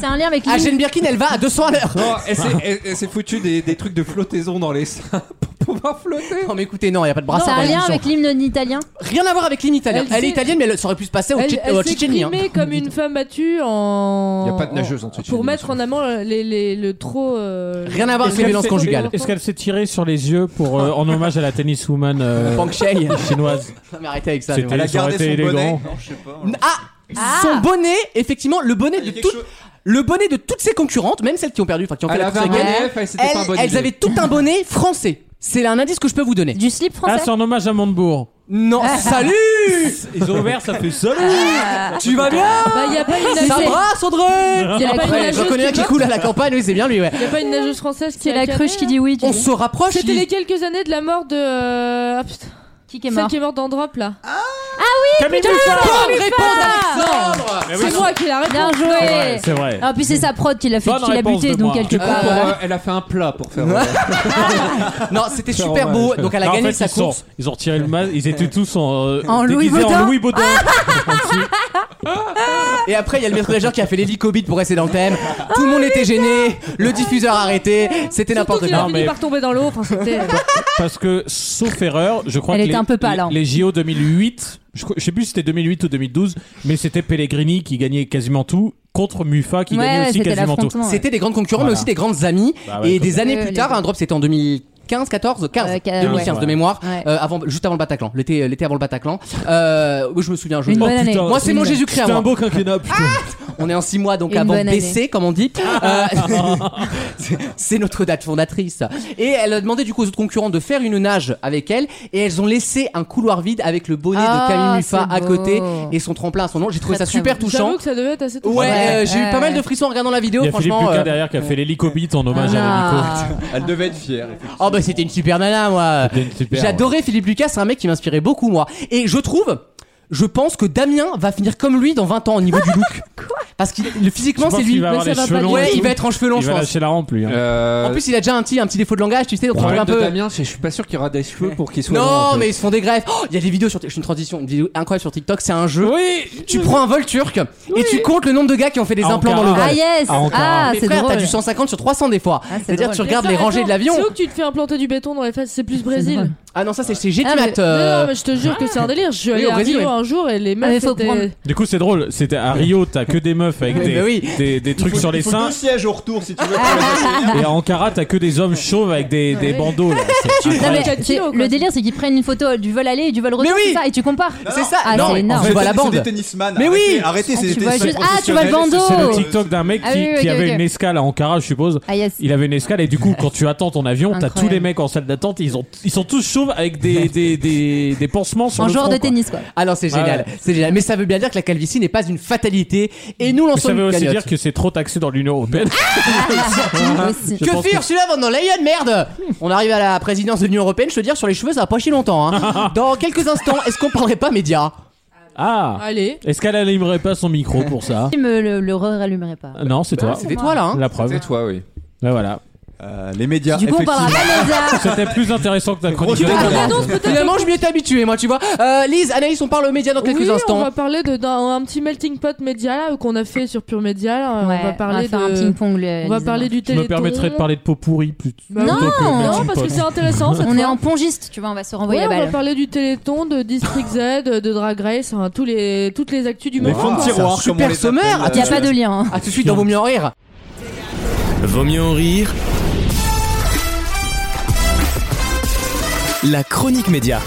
C'est un lien avec Ah, l'hymne- Jane Birkin, elle va à 200 à l'heure. Non, elle s'est- elle- elle s'est foutue des, des trucs de flottaison dans les seins pour pouvoir flotter. Non, mais écoutez, non, il n'y a pas de brassard. Ça a dans un lien l'émission. avec l'hymne italien Rien à voir avec l'hymne italienne. Elle Elle, est s'est- italienne, mais elle, ça aurait pu se passer au, Elle, Tché- elle au s'est Tchétchénie. hein. crimée comme une femme battue en. Y a pas de nageuse en Tchétchénie, Pour mettre en amont euh, les, les- le trop. euh, Rien à voir le- avec les le- violences le- conjugales. Est-ce qu'elle s'est tirée sur les yeux pour euh, en hommage à la tenniswoman euh, Pang Shay. chinoise Non, mais arrêtez avec ça. C'était- mais Elle a Ça aurait gardé son été élégant. bonnet. Non, je sais pas. Ah, Son bonnet, effectivement, le bonnet de toutes. Le bonnet de toutes ses concurrentes, même celles qui ont perdu, enfin qui ont fait Elle la avait un course à Gaëlle, bonnet, elle, c'était pas un elles- bonnet. elles avaient tout un bonnet français. C'est un indice que je peux vous donner. Du slip Ah, français c'est en hommage à Montebourg. Non, salut Ils ont ouvert, ça fait seul. Tu vas bien Bah, y a pas une Ça nageuse. brasse, Audrey Y a pas une Après, je nageuse reconnais un qui qui coule à la campagne, oui, c'est bien lui, ouais. Y a pas une nageuse française qui C'est a la cané, cruche qui dit oui. tu On dis. se rapproche. C'était Lily. les quelques années de la mort de. euh, ah, putain, Qui est celle mort qui est morte d'Androp là. Camille Bonne réponse, Alexandre c'est moi qui l'arrête. Bien joué C'est vrai. Ah, puis c'est sa prod qui l'a fait, Bonne qui l'a réponse buté, de moi. donc quelque Euh, part. Pour, euh, elle a fait un plat pour faire. euh, Non, c'était super beau, donc elle a Non, Ah, en gagné fait, sa ils sont- course. ils ont retiré le masque, ils étaient tous en, euh, En déguisés Louis Vuitton Ah en Louis Baudin. En dessous. Et après, il y a le maître nageur qui a fait l'hélicobite pour rester dans le thème. Tout le monde était gêné, le diffuseur arrêté, c'était Surtout n'importe qu'il a quoi. Non, fini mais- par tomber dans l'eau. Enfin, c'était. Parce que, sauf erreur, je crois Elle que était les, un peu pâle, hein. les, les JO 2008, je, crois- je sais plus si c'était 2008 ou 2012, mais c'était Pellegrini qui gagnait quasiment tout contre Mufa qui Ouais, gagnait ouais, aussi c'était quasiment tout. l'affrontement. ouais. C'était des grandes concurrentes, mais Voilà. aussi des grandes amies. Bah ouais, et des comme- années Euh, plus les tard, deux. un drop, c'était en 2015, 14, 15, Euh, quinze, 2015 ouais. de mémoire, Ouais. euh, avant, juste avant le Bataclan, l'été, l'été avant le Bataclan. Euh, oui, je me souviens. Je... Une Oh, bonne année. Ah, oh, Moi, c'est mon Jésus-Christ. à C'était moi. un beau quinquennat, putain. On est en 6 mois, donc Une avant bonne Ah. BC, comme on dit. Euh, c'est- c'est notre date fondatrice. Et elle a demandé du coup aux autres concurrents de faire une nage avec elle. Et elles ont laissé un couloir vide avec le bonnet de Ah, Camille Muffa c'est à beau. côté et son tremplin à son nom. J'ai trouvé Très, ça très super beau. touchant. J'avoue que ça devait être assez Ouais, touchant. euh, j'ai eu ouais, pas mal de ouais. frissons en regardant la vidéo, Il y a Philippe franchement. Lucas euh, derrière qui a fait l'hélicobite en hommage à Nico. Ah. Elle devait être fière. effectivement. Oh bah c'était une super nana moi. C'était une super, J'adorais Philippe Lucas, c'est un mec qui m'inspirait beaucoup moi. Et je trouve, je pense que Damien va finir comme lui dans 20 ans au niveau du look. Parce qu'il le- physiquement Je pense c'est qu'il lui. va avoir Ouais, les ça va cheveux pas longs bien. et Ouais, il tout. va être en cheveux longs Il je va pense. lâcher la rampe, lui. hein. Euh, En plus il a déjà un petit un petit défaut de langage, tu sais, on le trouve problème un de peu. Damien, c'est- je suis pas sûr qu'il y aura des cheveux pour qu'il soit. long, en Non fait. mais ils se font des greffes. Oh, Il y a des vidéos sur je suis une transition, une vidéo incroyable sur TikTok, c'est un jeu. Oui Tu prends un vol turc et tu comptes le nombre de gars qui ont fait des Ah, implants dans le Ankara. vol. Ah yes Ah, encore. Ah, Mais c'est frère, drôle. t'as du 150 sur 300 des fois. Ah, c'est C'est-à-dire drôle. tu regardes Mais les ça, rangées de attends, l'avion. C'est où que tu te fais implanter du béton dans les fesses C'est plus Brésil. Ah non ça c'est chez euh. Ah, mais- Gétimat. Non, non, mais je te jure que c'est un délire. Je suis Oui, allé au à Brésil, Rio oui. un jour et les meufs mais faut étaient- prendre- Du coup, c'est drôle. C'était à Rio, t'as que des meufs avec Oui, des, bah oui. des, des trucs sur les Il faut Ah. seins. deux sièges au retour si tu veux. pour Ah, la machine. Et à Ankara, t'as que des hommes chauves avec des, des bandeaux. là. C'est Non, mais incroyable. quatre c'est- kilos, quoi. le délire, c'est qu'ils prennent une photo du vol aller et du vol retour, Mais oui c'est ça, et tu compares. C'est ça, Ah, non, c'est on énorme. voit la C'est bande. des tennisman. Mais arrêtez, oui Arrêtez, Ah, c'est des tu vois tennisman juste- ah, tu vois le professionnels, bandeau. c'est- C'est le Oh. TikTok d'un mec qui, Ah oui, oui, qui ok, avait ok. une escale à Ankara, je suppose. Ah yes. Il avait une escale et du coup, quand tu attends ton avion, t'as Incroyable. tous les mecs en salle d'attente. Ils ont, ils sont tous chauves avec des des des, des pansements sur En le joueur front, de quoi. tennis, quoi. Ah non, c'est génial, c'est génial. Mais ça veut bien dire que la calvitie n'est pas une fatalité. Et nous Mais lançons ça veut une aussi cagnotte. dire que c'est trop taxé dans l'Union européenne. Aussi. Je Que pense faire celui-là avant dans Lyon, merde On arrive à la présidence de l'Union Européenne, je te dire, sur les cheveux, ça va pas chier longtemps. hein. Dans quelques instants, est-ce qu'on parlerait pas médias Ah, Allez. est-ce qu'elle allumerait pas son micro pour ça Tu me le, le rallumerais pas. Non, c'est toi. C'était toi, là. hein. La preuve. C'est toi, oui. Ouais, voilà. Euh, Les médias. Du coup, on parlera effectivement. pas des arts. C'était plus intéressant que ta chronique. Grosse de- Annonce peut-être Finalement, je m'y étais habitué, moi, tu vois. Euh, Lise, Anaïs, on parle aux médias dans quelques oui, on instants. va parler de- d'un un petit melting pot média là, qu'on a fait sur Pure Média. là. Ouais, on va parler faire un de- ping-pong. le- on va les parler du Je téléthon. me permettrais de parler de pot pourri plus. Bah Non, oui. plutôt que non, Melting non, parce Pot. que c'est intéressant. cette arts. On est fois. en pongiste, tu vois, on va se renvoyer Ouais, la on va balle. parler du Téléthon, de District Z, de, de Drag Race, hein, tous les, toutes les actus du Les moment. fonds de quoi. tiroir. comme on Super Ah, les sommaire. Il appelle, n'y a pas Euh, de lien. hein. À Ah, tout de suite dans Vaut mieux en rire. Vaut mieux en rire. La chronique média.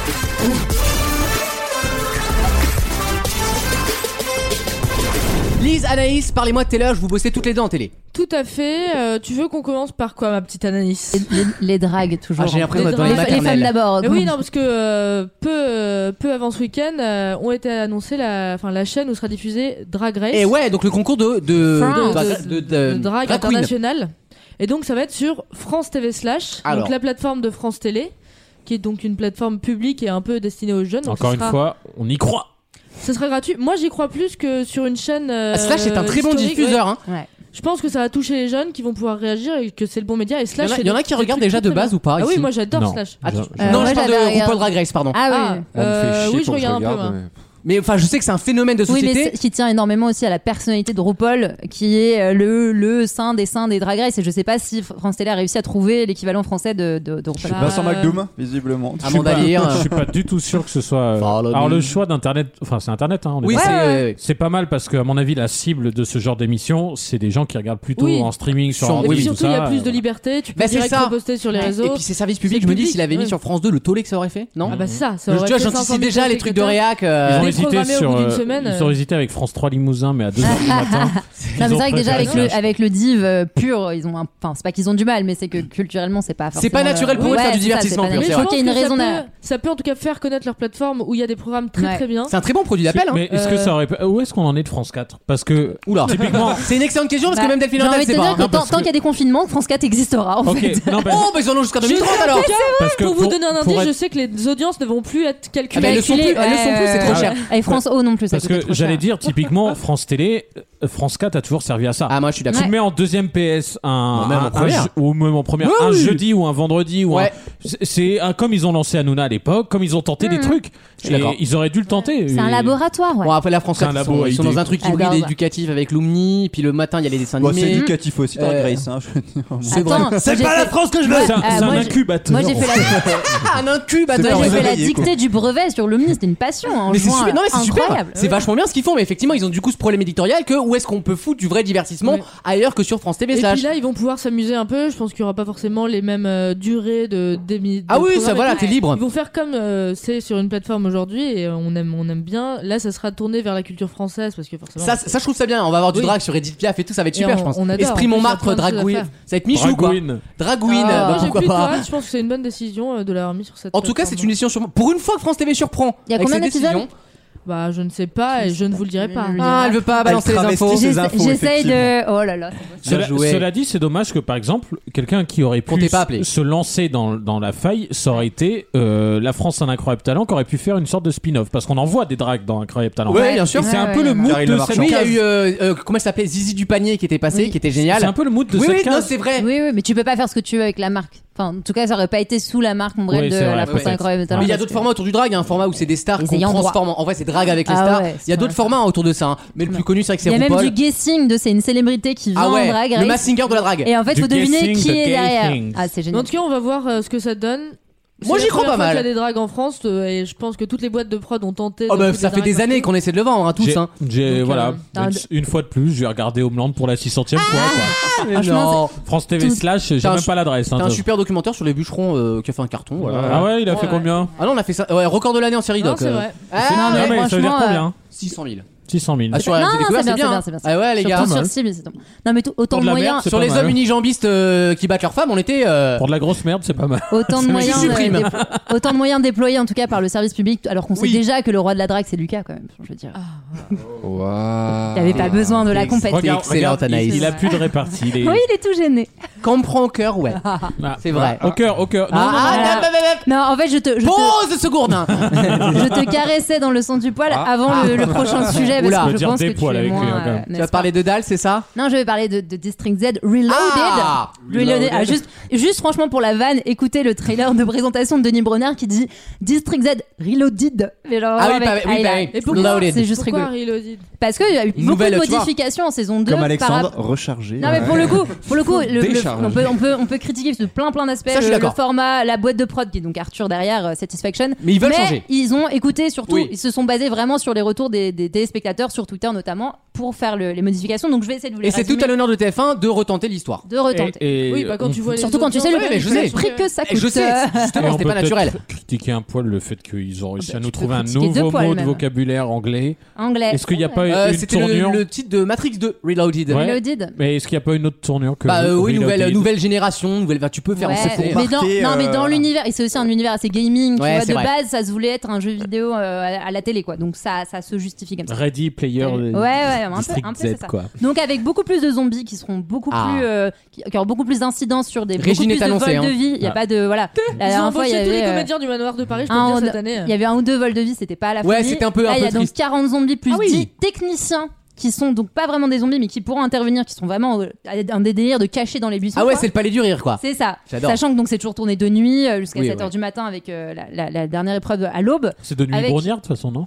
Lise, Anaïs, parlez-moi de Taylor, je vous bossais toutes les deux en télé. Tout à fait. euh, tu veux qu'on commence par quoi, ma petite Anaïs Les, les dragues, toujours. Ah, j'ai l'impression Les d'être dans les drames. les, les femmes maternelles. d'abord. Mais oui, non, parce que euh, peu, euh, peu avant ce week-end, euh, ont été annoncées la, enfin, la chaîne où sera diffusée Drag Race. Et Eh ouais, donc le concours de. de. France. de. de. de. de drag drague queen. internationale. Et donc ça va être sur France TV slash, Alors. donc la plateforme de France Télé, qui est donc une plateforme publique et un peu destinée aux jeunes. Donc, Encore ce une sera- fois, on y croit. ce sera gratuit. Moi, j'y crois plus que sur une chaîne. euh, Ah, Slash est un très bon historique, diffuseur. hein. ouais. Je pense que ça va toucher les jeunes qui vont pouvoir réagir et que c'est le bon média. Et Il y Slash. en a- fait il y en a des- qui des regardent trucs déjà de très base bien. ou pas Ah oui, ici moi Ah, j'adore Non. Slash. Attends, Je- Euh, Non, moi, je parle j'avais de regardé. RuPaul Drag Race, pardon. Ah oui. Ah, On me fait euh, chier oui, je quand regarde un peu. regarde, moi. mais- Mais enfin, je sais que c'est un phénomène de Oui, société. mais c'est- qui tient énormément aussi à la personnalité de RuPaul, qui est euh, le, le saint des saints des Drag Race. Et je sais pas si Fr- France Télé a réussi à trouver l'équivalent français de, de, de RuPaul. Vincent McDoom, visiblement. Je suis pas- Je suis pas du tout sûr que ce soit. euh, Alors le choix d'internet, enfin c'est internet. Hein, on est Oui, pas- c'est- Ouais, ouais. c'est pas mal parce que à mon avis la cible de ce genre d'émission, c'est des gens qui regardent plutôt Oui. en streaming sur. Et ordi, puis tout surtout, il y a ça. euh, plus de liberté, tu peux Bah, c'est direct ça. reposter sur les Ouais. réseaux. Et puis c'est service public, je me dis, s'il avait mis sur France 2 le tollé que ça aurait fait, non Ah bah ça, ça Je- aurait tu vois, fait j'anticipe 500 000 déjà les trucs de spectateurs. réac. euh, Les Ils ont hésité programmer au sur. bout d'une euh, semaine, Ils ont euh. hésité avec France 3 Limousin, mais à 2 du matin. Non, mais Ils c'est ont vrai que déjà préféré avec le, ça. avec le div euh, pur, ils ont un- enfin c'est pas qu'ils ont du mal, mais c'est que culturellement c'est pas forcément. euh, C'est pas naturel pour eux de ouais, faire du c'est ça, c'est divertissement pas pur, naturel. c'est Mais je trouve qu'il y a une raison. ça, à- peut, ça peut en tout cas faire connaître leur plateforme où il y a des programmes très Ouais. très bien. C'est un très bon produit d'appel. hein. Mais est-ce que Euh, ça aurait pu- Où est-ce qu'on en est de France 4 Parce que Oula. typiquement. C'est une excellente question parce que Bah, même Delphine J'ai envie Hôtel, de te c'est pas. dire que hein. tant tant qu'il y a des confinements, France 4 existera en Ok. fait. Non, parce- Oh, bah ils en ont jusqu'à 2030 Je- alors. parce que Oh, Pour vous donner un pour indice, être- je sais que les audiences ne vont plus être Ah, mais calculées. elles le sont plus, Calculé, elles le sont plus, c'est trop ouais, cher. ouais. Et France O non plus, ça Parce coûtait que trop cher. j'allais dire, typiquement, France Télé, euh, France 4 a toujours servi à ça. Ah, moi je suis d'accord. Tu mets en deuxième PS un, Ou même en un- un première. je- ou même en première, Oui, un oui. jeudi ou un vendredi ou un- Ouais. c'est- c'est un- comme ils ont lancé Hanouna à l'époque, comme ils ont tenté des trucs. Hmm. Je suis d'accord. Et ils auraient dû le tenter. C'est un euh, Et- laboratoire, ouais. Bon, après la France, C'est un ils labo sont, à ils sont dans idées. un truc Ah, hybride bah, bah. éducatif avec l'Omni, puis le matin il y a les dessins Bon, c'est animés. éducatif aussi, Drag Euh, Race. Hein, je veux dire. Bon. c'est vrai. Attends, C'est j'ai pas fait- la France que je Ouais, C'est un, euh, c'est moi, un j'ai- incubateur. Moi j'ai fait la Ah, un incubateur. Moi, j'ai vous fait la réveillez, quoi. dictée du brevet sur l'Omni, c'était une passion. hein, en Mais c'est juin, super, non mais c'est super, incroyable. c'est vachement bien ce qu'ils font, mais effectivement ils ont du coup ce problème éditorial que où est-ce qu'on peut foutre du vrai divertissement Ouais. ailleurs que sur France TV Et puis slash. là, ils vont pouvoir s'amuser un peu. Je pense qu'il n'y aura pas forcément les mêmes euh, durées de d'émi- de Ah oui, programmes ça et voilà, tout. t'es libre. Ils vont faire comme euh, c'est sur une plateforme aujourd'hui et euh, on aime, on aime bien. Là, ça sera tourné vers la culture française parce que forcément. Ça, ça je trouve ça bien, on va avoir du Oui. drag sur Edith Piaf et tout, ça va être Et super on- je pense. on adore, Esprit en plus, Montmartre, il y a plein de choses à Dragouine, faire. ça va être Michou quoi. Dragouine. Dragouine, Ah, bah, Moi, j'ai pourquoi plus de pas. hâte. Je pense que c'est une bonne décision euh, de l'avoir mis sur cette. En tout cas c'est une plateforme. émission sur... Pour une fois que France TV surprend. Il y a avec combien ses d'épisodes décisions. Bah, je ne sais pas et je ne vous le dirai pas. Ah elle veut pas balancer les travestit infos. ses J'essa- infos, J'essaye de. effectivement. Oh là là. Cela, joué. cela dit, c'est dommage que par exemple, quelqu'un qui aurait Qu'on pu t'ait pas appelé. se lancer dans, dans la faille, ça aurait été euh, La France a un incroyable talent, qui aurait pu faire une sorte de spin-off. Parce qu'on en voit des drags dans Incroyable Talent. Ouais, bien sûr. C'est un Ouais, peu ouais, le ouais. mood Karine de Lamarchand. cette Oui, il y a case. eu euh, euh, comment elle s'appelait Zizi du panier qui était passé, Oui. qui était C'est génial. un peu le mood de Oui cette oui, non case. c'est vrai. Oui, oui, mais tu peux pas faire ce que tu veux avec la marque. Enfin, en tout cas, ça aurait pas été sous la marque ombrelle Oui, de c'est vrai, la peut-être. France Incroyable Talent. Mais il y a parce d'autres que- formats autour du drag, il y a un format où c'est des stars Les qu'on ayants droit. transforme. En en vrai, c'est drag avec les Ah stars. ouais, il y a c'est d'autres vrai. formats autour de ça, hein. mais le plus connu c'est vrai que c'est Il y a même RuPaul. du guessing de c'est une célébrité qui vient Ah ouais, en drag le race. Massinger de la drague. Et en fait, Du faut deviner guessing, qui the est gay derrière. things. Ah, c'est Mais En génial. tout cas, on va voir euh, ce que ça donne. C'est Moi, la j'y crois pas première fois mal. qu'il y a des drags en France euh, et je pense que toutes les boîtes de prod ont tenté. Oh de bah foutre ça fait drags des partout. années qu'on essaie de le vendre, hein, tous. J'ai- Hein. J'ai, Donc, voilà, euh, une, une fois de plus, j'ai regardé Homeland pour la 600ème Ah, fois. quoi. Ah, franchement, Non. France TV Tout- slash, j'ai ah. T'as un même su- pas l'adresse. hein, T'as un de- super documentaire sur les bûcherons euh, qui a fait un carton. Voilà. Ah ouais, il a fait Ouais. combien Ah non, on a fait ça. Ouais, record de l'année en série Non, doc. c'est euh. vrai. Ah, euh, Non, Non, mais mais ça veut dire franchement, combien 600 000. hein 600 000. Ah, sur la Non, télé non, découverte, c'est c'est bien, bien. c'est bien, hein. Ah ouais, les gars. Surtout sur mal. cible, c'est Non, mais tout- autant Pour de de la moyens. merde, c'est Sur pas les mal. hommes unijambistes euh, qui battent leurs femmes, on était. euh, Pour de la grosse merde, c'est pas mal. Autant de, moyens, euh, supprime. déplo- autant de moyens déployés en tout cas par le service public, alors qu'on Oui. Ah. sait déjà que le roi de la drague c'est Lucas quand même. Je veux dire, Waouh. il avait pas besoin de la compète. Regarde. excellente analyse. Il, il a plus de répartie. il est- Oui, il est tout gêné. Quand on prend au cœur, ouais. Ah, c'est vrai. Au cœur, au cœur. Non, Ah, non, ah, non, bah, bah, bah, bah. Non, en fait, je te, je te, Pose ce gourdin je te caressais dans le sens du poil avant le, le prochain sujet parce Ah. Oula. que Faut je dire pense des que tu poils es avec lui, moins, hein, quand euh, même. n'est-ce Tu vas pas parler de dalle, c'est ça Non, je vais parler de, de District Z Reloaded. Ah Reloaded. Ah, juste, juste franchement pour la vanne, écoutez le trailer de présentation de Denis Bronner qui dit District Z Reloaded. Mais genre, Ah oui, avec bah, oui, bah, highlight. oui. Et pourquoi Loaded. C'est juste Pourquoi rigolo. Reloaded Parce qu'il y a eu beaucoup Nouvelle, de tu vois. modifications en saison 2 Comme par Alexandre, rapport- rechargé. non mais pour le coup, pour le coup, le- le- Décharge. on, peut, on, peut, on peut critiquer de plein plein d'aspects Ça, je suis le, le d'accord. format, la boîte de prod qui est donc Arthur derrière euh, Satisfaction. Mais ils veulent changer. ils ont écouté surtout, Oui. ils se sont basés vraiment sur les retours des, des téléspectateurs sur Twitter notamment pour faire le- les modifications. Donc je vais essayer de vous les Et c'est tout résumer, à l'honneur de TF1 de retenter l'histoire. de retenter. Et, et Oui, bah quand on- tu vois les Surtout quand tu audiences, sais le, Ouais, mais je le sais. prix que ça Et coûte. je sais, euh, et justement, on c'était peut pas naturel. peut-être Critiquer un poil le fait qu'ils ont réussi Ah bah, à nous tu peux trouver un critiquer deux nouveau poils, mot de même. vocabulaire anglais. anglais. Est-ce qu'il n'y a pas Euh, une C'était tournure le, le titre de Matrix 2, Reloaded. Ouais. Reloaded. Mais est-ce qu'il n'y a pas une autre tournure que Bah euh, oui, Reloaded nouvelle, nouvelle génération, nouvelle. bah, tu peux faire. Ouais, on sait mais, pas. marquer, dans, non, mais euh, dans voilà. l'univers, et c'est aussi un univers assez gaming, tu Ouais, vois, c'est de vrai. base, ça se voulait être un jeu vidéo euh, à à la télé, quoi. Donc ça, ça se justifie comme ça. Ready Player Euh, euh, Ouais, ouais, un peu, District un peu, Z c'est ça. quoi. Donc avec beaucoup plus de zombies qui seront beaucoup Ah. plus, euh, qui, qui auront beaucoup plus d'incidence sur des beaucoup Régine est plus de annoncée, vols hein. de vie. Il y a Ah. pas de voilà. La Ils ont dernière fois, il embauché y tous les avait, euh, comédiens du manoir de Paris, je peux un te dire ou cette deux- année. il y avait un ou deux vols de vie, c'était pas à la Ouais, folie. c'était un peu- un Là, il y peu a donc triste. 40 zombies plus Ah oui. 10 techniciens qui sont donc pas vraiment des zombies, mais qui pourront intervenir, qui sont vraiment euh, un des délires de cacher dans les buissons. Ah ouais, quoi. c'est le palais du rire quoi. C'est ça. J'adore. Sachant que donc c'est toujours tourné de nuit euh, jusqu'à Oui, 7h ouais. du matin avec euh, la, la- la dernière épreuve à l'aube. C'est de nuit Avec- Brunière de toute façon, non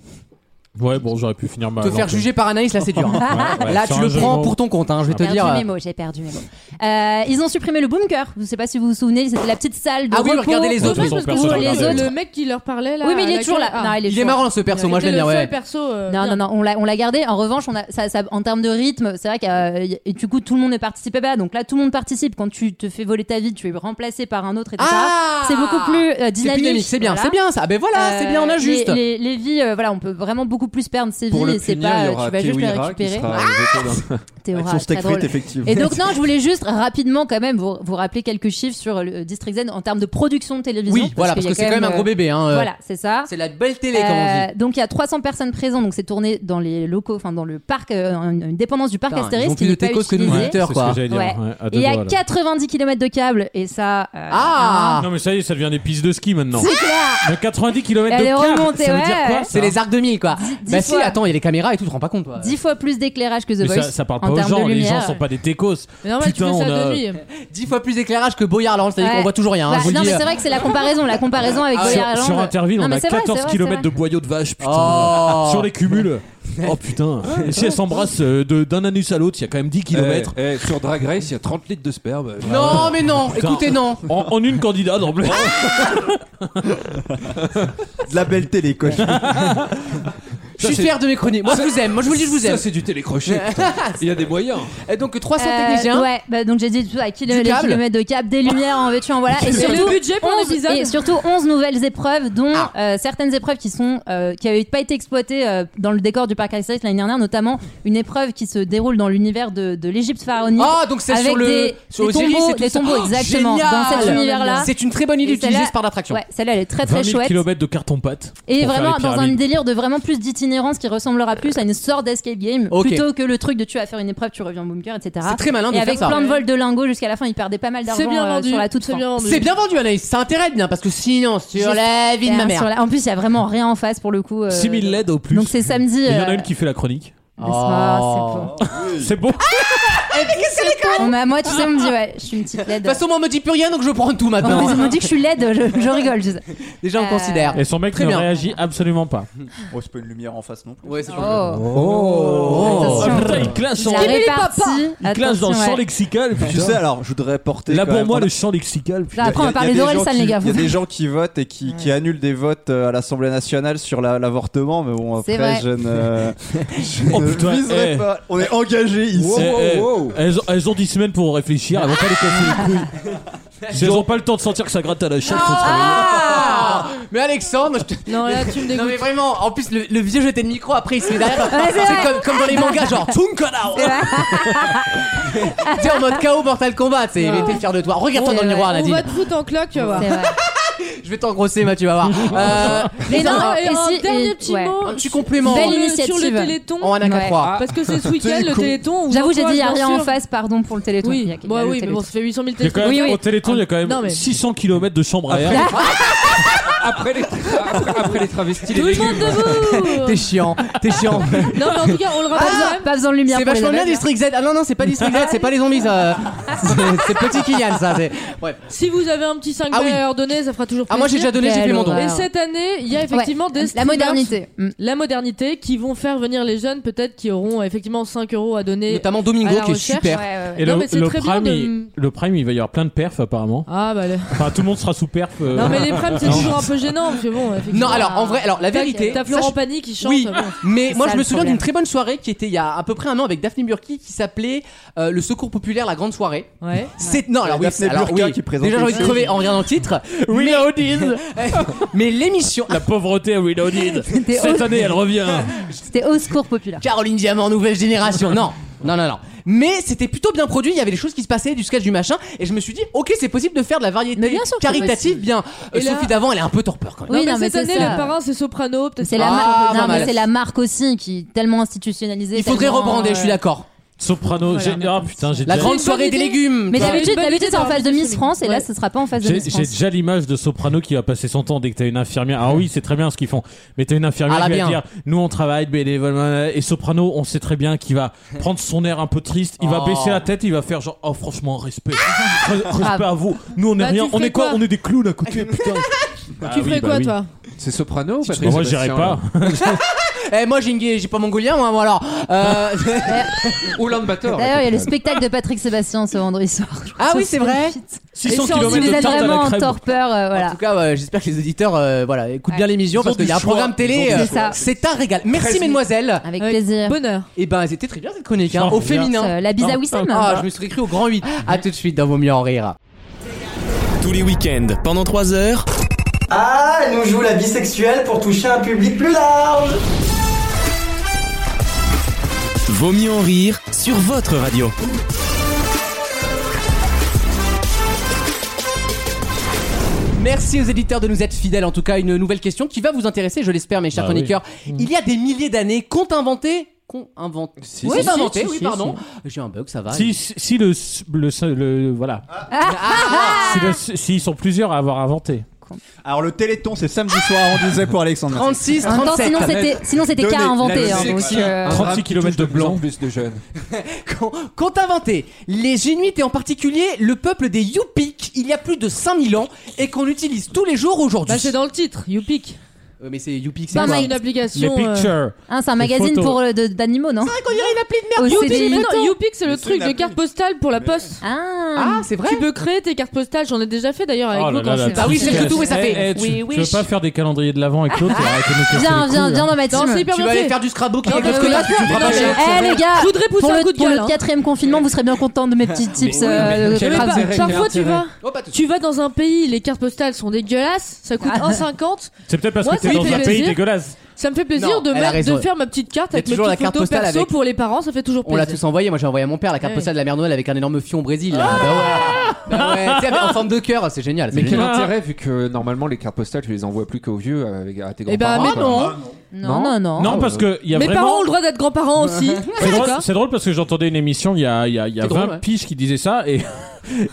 Ouais, bon, j'aurais pu finir ma. Te faire lanterne. juger par Anaïs, là, c'est dur. hein. Ouais, ouais, là, sur tu un le jeu de prends mots. pour ton compte, hein, je vais te J'ai perdu dire. mes mots, j'ai perdu mes mots. Euh, ils ont supprimé le bunker. Je ne sais pas si vous vous souvenez, c'était la petite salle de Ah oui, repos. regardez les autres, Dommage ils ont parce que personne vous, les regardé. autres- Le mec qui leur parlait là. Oui, mais il à est la toujours là. queue- Non, Ah. il est Il est toujours- marrant ce perso, moi je C'était l'aime bien. le Ouais. seul perso. euh, Non, bien. non, non, on l'a, on l'a gardé. En revanche, on a, ça, ça- en termes de rythme, c'est vrai que euh, y- et du coup, tout le monde ne participait pas. Donc là, tout le monde participe. Quand tu te fais voler ta vie, tu es remplacé par un autre, etc. Ah c'est beaucoup plus euh, C'est plus dynamique. dynamique, c'est bien, Voilà. c'est bien ça. Ah ben voilà, c'est Euh, bien, on a juste. Les, les- les vies, euh, voilà, on peut vraiment beaucoup plus perdre ses Pour vies le et c'est punir, pas, il y euh, aura tu vas juste les Kiwira qui récupérer. sera jeté dans- Théora, Avec son steak très drôle. frites, effectivement. Et donc non, je voulais juste rapidement quand même vous, vous rappeler quelques chiffres sur le District Z en termes de production de télévision. Oui, voilà, parce qu'il y que a c'est quand même un gros euh, bébé. hein, euh, Voilà, c'est ça. C'est la belle télé, comme on Euh, donc il y a 300 personnes présentes, donc c'est tourné dans les locaux, enfin dans le parc, euh, une, une dépendance du parc Putain, Astérix. ils ont plus qui de n'est pas techos que nous, hein. utilisée. Ouais, c'est Éditeur, ce quoi. que j'allais dire. Ouais. ouais, à Et deux il y doigts, a là. 90 km de câble, et ça. euh, Ah Non, mais ça y est, ça devient des pistes de ski maintenant. C'est clair Mais 90 km Elle de est câble, remontée, ça veut ouais. dire quoi C'est ça les arcs 2000, quoi. dix Bah si, fois. attends, il y a les caméras et tout, tu te rends pas compte, toi. 10 fois plus d'éclairage que The Mais Voice. ça, ça parle en pas aux termes gens, de les gens lumière. Oh, sont pas des techos. Mais normal, tu Putain, fais ça on a- de nuit. 10 fois plus d'éclairage que Boyard, alors c'est-à-dire Ouais. qu'on voit toujours rien. hein, Bah, je vous le non, dis, mais euh. c'est vrai que c'est la comparaison, la comparaison avec Ah, Boy sur- Irlande. Sur Interville, Non, on mais a c'est vrai, 14 c'est vrai, km c'est de boyaux de vache, putain. Oh. Sur les cumuls. Oh putain. Et si elles s'embrassent euh, de- d'un anus à l'autre, il y a quand même 10 km. Eh, eh, sur Drag Race, il y a 30 litres de sperme. Non, mais non, Ah. Putain. écoutez, non. En, en une candidate, en plus. De la belle télé, quoi. Je suis c'est- fier de mes chroniques. Moi, je vous aime. Moi, je vous le dis, je vous aime. Ça, c'est du télécrochet. putain. Il y a des moyens. Et donc, 300 Euh, techniciens. Ouais, bah, donc j'ai dit tout à Du kilomètres, les câble. kilomètres de câble, des lumières en vêtu, en voilà. Et Et le surtout, budget pour 11, l'épisode et surtout 11 nouvelles épreuves, dont Ah. euh, certaines épreuves qui sont euh, qui n'avaient pas été exploitées euh, dans le décor du parc Astérix l'année dernière, notamment une épreuve qui se déroule dans l'univers de, de l'Égypte pharaonique. Ah, donc c'est Avec sur le des- sur des Osiris tombeaux, et tout des ça. tombeaux, Oh, exactement, génial. dans cet univers-là. C'est une très bonne idée Et utilisée celle-là- par l'attraction. Ouais, celle-là elle est très 20 très 000 chouette. km de carton pâte. Et pour faire vraiment les dans un pyramides. délire de vraiment plus d'itinérance qui ressemblera plus à une sorte d'escape game Ok. plutôt que le truc de tu vas faire une épreuve, tu reviens au bunker, etc. C'est très malin de Et faire avec ça. plein de vols de lingots jusqu'à la fin, il perdait pas mal C'est d'argent bien euh, vendu. sur la toute C'est fin. bien vendu. C'est bien vendu, Anaïs. Ça intéresse bien parce que sinon, sur J'espère. la vie de ma Rien sur mère. la- En plus, il y a vraiment rien en face pour le coup. euh, 6000 LED au plus. Donc c'est samedi. Et Il y en euh, a une qui fait la chronique. le soir, Oh. c'est bon. C'est bon. On m'a- moi, tu sais, on me dit, ouais, je suis une petite LED. De toute façon, moi, on me dit plus rien, donc je prends tout On maintenant. me dit que je suis LED, je, je rigole. je sais. Déjà, on Oh. Euh, considère. Et son mec Très ne bien. réagit absolument pas. Oh, c'est pas une lumière en face non plus. Ouais, c'est Oh, bon. Oh. Ah, putain, il classe Je en- la répartis. il classe dans le Attention, champ ouais. lexical. Tu putain. sais, alors, je voudrais porter. Là quand pour même- moi, on a- le champ lexical. putain. Là, Ah, après, on va Il y a- il y a parler des d'Orelsan, gens qui- les gars. Il y a vous- des gens qui votent et qui, qui annulent des votes euh, à l'Assemblée nationale sur la- l'avortement, mais bon, C'est après, vrai. je ne, je Oh, ne putain, viserai eh. pas. On est engagé ici. Eh, Oh, eh, Elles, ont, elles ont 10 semaines pour réfléchir, elles vont pas les casser les couilles. Si elles ont pas le temps de sentir que ça gratte à la chatte, faut se réveiller. Ah mais Alexandre, je te- Non, là, tu me non mais dégoûtes. vraiment, en plus le, le vieux jeté de micro après il se met derrière. Ouais, c'est c'est vrai. comme, comme dans les mangas genre Tunkonao. T'es en mode KO Mortal Kombat, c'est mais t'es fier de toi. Regarde-toi dans le Ouais, miroir On Nadine. va te foutre en cloque, tu vas voir. C'est vrai. Je vais t'engrosser, bah, tu vas voir. Euh, Et non, Ah, et et un si- dernier et- petit ouais. mot. un petit complément sur Belle le- Sur initiative. le Téléthon. en 1 à 4 3. Parce que c'est ce week-end, le Téléthon. on J'avoue, vous j'ai dit, il n'y a encourage, rien bien en sûr. face, pardon pour le téléthon. Il y Oui, a- il y a bah le oui, mais téléthon. bon, ça fait 800 000 Il y a tests. quand même, Oui, oui. Au Téléthon, il y a quand même Non, mais- 600 km de chambre à air. Après les, après, après les travestis, les Tout le légumes. monde debout T'es chiant, t'es chiant. Non, mais en tout cas, on le Pas rappelle. besoin, pas besoin de lumière. C'est pour les hein. vachement bien aveugles. District Z. Ah non non, c'est pas District Z, c'est pas les zombies ça. C'est- C'est petit Kylian ça, c'est. Bref. Si vous avez un petit 5 Ah oui. balles à leur donner, ça fera toujours Ah plaisir. moi j'ai déjà donné, j'ai fait mon don. Quelle Et cette année, il y a effectivement Ouais, des La streamers- modernité. Mm. La modernité qui vont faire venir les jeunes, peut-être qui auront effectivement 5 euros à donner. Notamment à Domingo la qui est recherche, super. Ouais, ouais. Et Non, le, mais c'est le très bien prime, de- il, le prime, il va y avoir plein de perfs apparemment. Ah bah le- Enfin, tout le monde sera sous perf. euh, Non mais les primes c'est Non. toujours un peu gênant parce que bon effectivement, Non, alors, en vrai, alors, la t'as- vérité, T'as ça, Florent je- Pagny qui chante Oui, bon. mais C'est moi ça, je me le souviens problème. d'une très bonne soirée qui était il y a à peu près un an avec Daphné Burki qui s'appelait euh, le Secours populaire la grande soirée. Ouais C'est non alors oui, Daphné c'est- alors, Burka oui. qui présente déjà j'ai envie de aussi. crever en regardant le titre. Reloaded. mais l'émission La pauvreté reloaded. C'était Cette horrible. année, elle revient. C'était au secours populaire. Caroline Diamant nouvelle génération. Non. Non non non. Mais c'était plutôt bien produit, il y avait des choses qui se passaient, du sketch du machin et je me suis dit OK, c'est possible de faire de la variété Mais bien sûr que c'est caritative possible. bien. Euh, Et là- Sophie d'avant, elle est un peu torpeur quand même. Oui, non, non, mais mais cette c'est année ça. le parrain c'est Soprano peut-être C'est que- la, Ah, marque- pas non, mais mal. c'est la marque aussi qui est tellement institutionnalisée. Il faudrait tellement, rebrander, euh, je suis d'accord. Soprano, j'ai- ah putain, j'ai La déjà- grande une soirée bonne des idée. légumes. Bah, Mais tu vois. d'habitude, Une bonne d'habitude, idée c'est en d'avoir face de mis Miss Sonic. France et Ouais. là, ce sera pas en face de J'ai Miss j'ai France. déjà l'image de Soprano qui va passer son temps dès que t'as une infirmière. Ah oui, c'est très bien ce qu'ils font. Mais t'as une infirmière Ah, là, qui bien. va dire Nous on travaille bénévole. euh, Et Soprano, on sait très bien qu'il va prendre son air un peu triste. Il va Oh. baisser la tête. Il va faire genre Oh, franchement, respect. Re- respect à vous. Nous on est Bah, tu rien. On ferais est quoi, quoi On est des clowns à côté. Putain. Bah Tu ferais quoi toi C'est soprano ou Moi, Patrick j'irai Sébastien, pas. là Eh, moi, j'ai une gue- j'ai pas mongolien, moi, moi, alors. Euh... Oulan Bator. D'ailleurs, il y a le spectacle de Patrick Sébastien ce vendredi soir. je crois. Ah oui, Ça, c'est vrai. shit. 600 Et ça, on kilomètres se met de tarte à la vraiment en crème. torpeur, euh, voilà. En tout cas, ouais, j'espère que les auditeurs euh, voilà, écoutent bien l'émission Ils ont parce qu'il du y a un choix. programme Ils télé. ont du euh, choix. C'est un régal. Merci, mesdemoiselles. Avec Ouais. plaisir. Bonheur. Et ben, c'était très bien cette chronique. hein, Oh, au bien. féminin. Euh, la bise à Wissem. Ah, je me suis écrit au grand 8. À tout de suite dans Vaut mieux en rire. Tous les week-ends, pendant 3 heures, Ah, elle nous joue la bisexuelle pour toucher un public plus large. Vaut mieux en rire sur votre radio. Merci aux éditeurs de nous être fidèles. En tout cas, une nouvelle question qui va vous intéresser, je l'espère, mes chers Bah oui. chroniqueurs. Il y a des milliers d'années, qu'ont inventé Qu'ont inventé Si, Oui, si, pas si, inventé, si, oui, si, pardon. J'ai un bug, ça va. Si, si si le, le, le- voilà. Si le- S'ils sont plusieurs à avoir inventé. Alors le Téléthon, c'est samedi soir, on disait pour Alexandre. Oh. 36, En même temps, 37. sinon c'était, sinon c'était Donnez qu'à la inventer. hein, musique. donc, euh, Ah, 36 km de blanc. plus de jeunes. Qu'ont- Qu'ont inventé les Inuits et en particulier le peuple des Yupik il y a plus de 5000 ans et qu'on utilise tous les jours aujourd'hui. Bah, c'est dans Bah, le titre, YouPic. Euh, mais c'est Yupik, c'est C'est quoi une Les application. euh, pictures. hein, c'est un Les magazine photos. pour euh, de- d'animaux, non On dirait une appli de merde. Au Youpic, CDI. mais non, Youpic, c'est le truc de appli. carte postale pour la poste. Ah, Ah, c'est vrai Tu peux créer tes cartes postales, j'en ai déjà fait d'ailleurs avec Oh vous là quand là, je la suis Bah oui, partie. c'est le tout, mais ça Eh, fait. eh, tu- Oui, Tu oui. veux pas faire des calendriers de l'avant avec l'autre et arrêter de nous casser viens, les viens, couilles, viens hein. dans ma Non, c'est team. hyper Tu vas bien aller fait. faire du Scrabble Non, parce mais que oui, là, oui. tu te feras Non, pas mais- cher. Eh les gars, Je voudrais pousser pour un le, coup de pour gueule. le hein. quatrième confinement, vous serez bien content de mes petits tips. mais- euh, mais de quel Mais Crabs. par- Parfois, tu vas, Oh, pas tout de suite. tu vas dans un pays, les cartes postales sont dégueulasses, ça coûte Ah. 1,50. C'est peut-être parce Moi, que t'es ça me dans fait un pays plaisir. dégueulasse. Ça me fait plaisir Non, de, elle a mettre- raison. de faire ma petite carte Il y a avec mes toujours la petites carte photos postale perso avec. pour les parents, ça fait toujours On plaisir. l'a tous envoyé. Moi, j'ai envoyé à mon père la carte Ouais. Ah. postale de la mère Noël avec un énorme fion au Brésil. là. Bah ouais. Bah ouais. Tu sais, en forme de cœur, c'est génial. c'est Mais quel génial. intérêt vu que normalement les cartes postales tu les envoies plus qu'aux vieux euh, avec- à tes Eh ben, grands-parents. mais hein. non. Non, non, non. Non, parce que il y a Mes parents vraiment. ont le droit d'être grands-parents aussi. C'est drôle, D'accord. c'est drôle parce que j'entendais une émission il y a, il y a, il y a C'est 20 drôle, ouais. piges qui disaient ça et,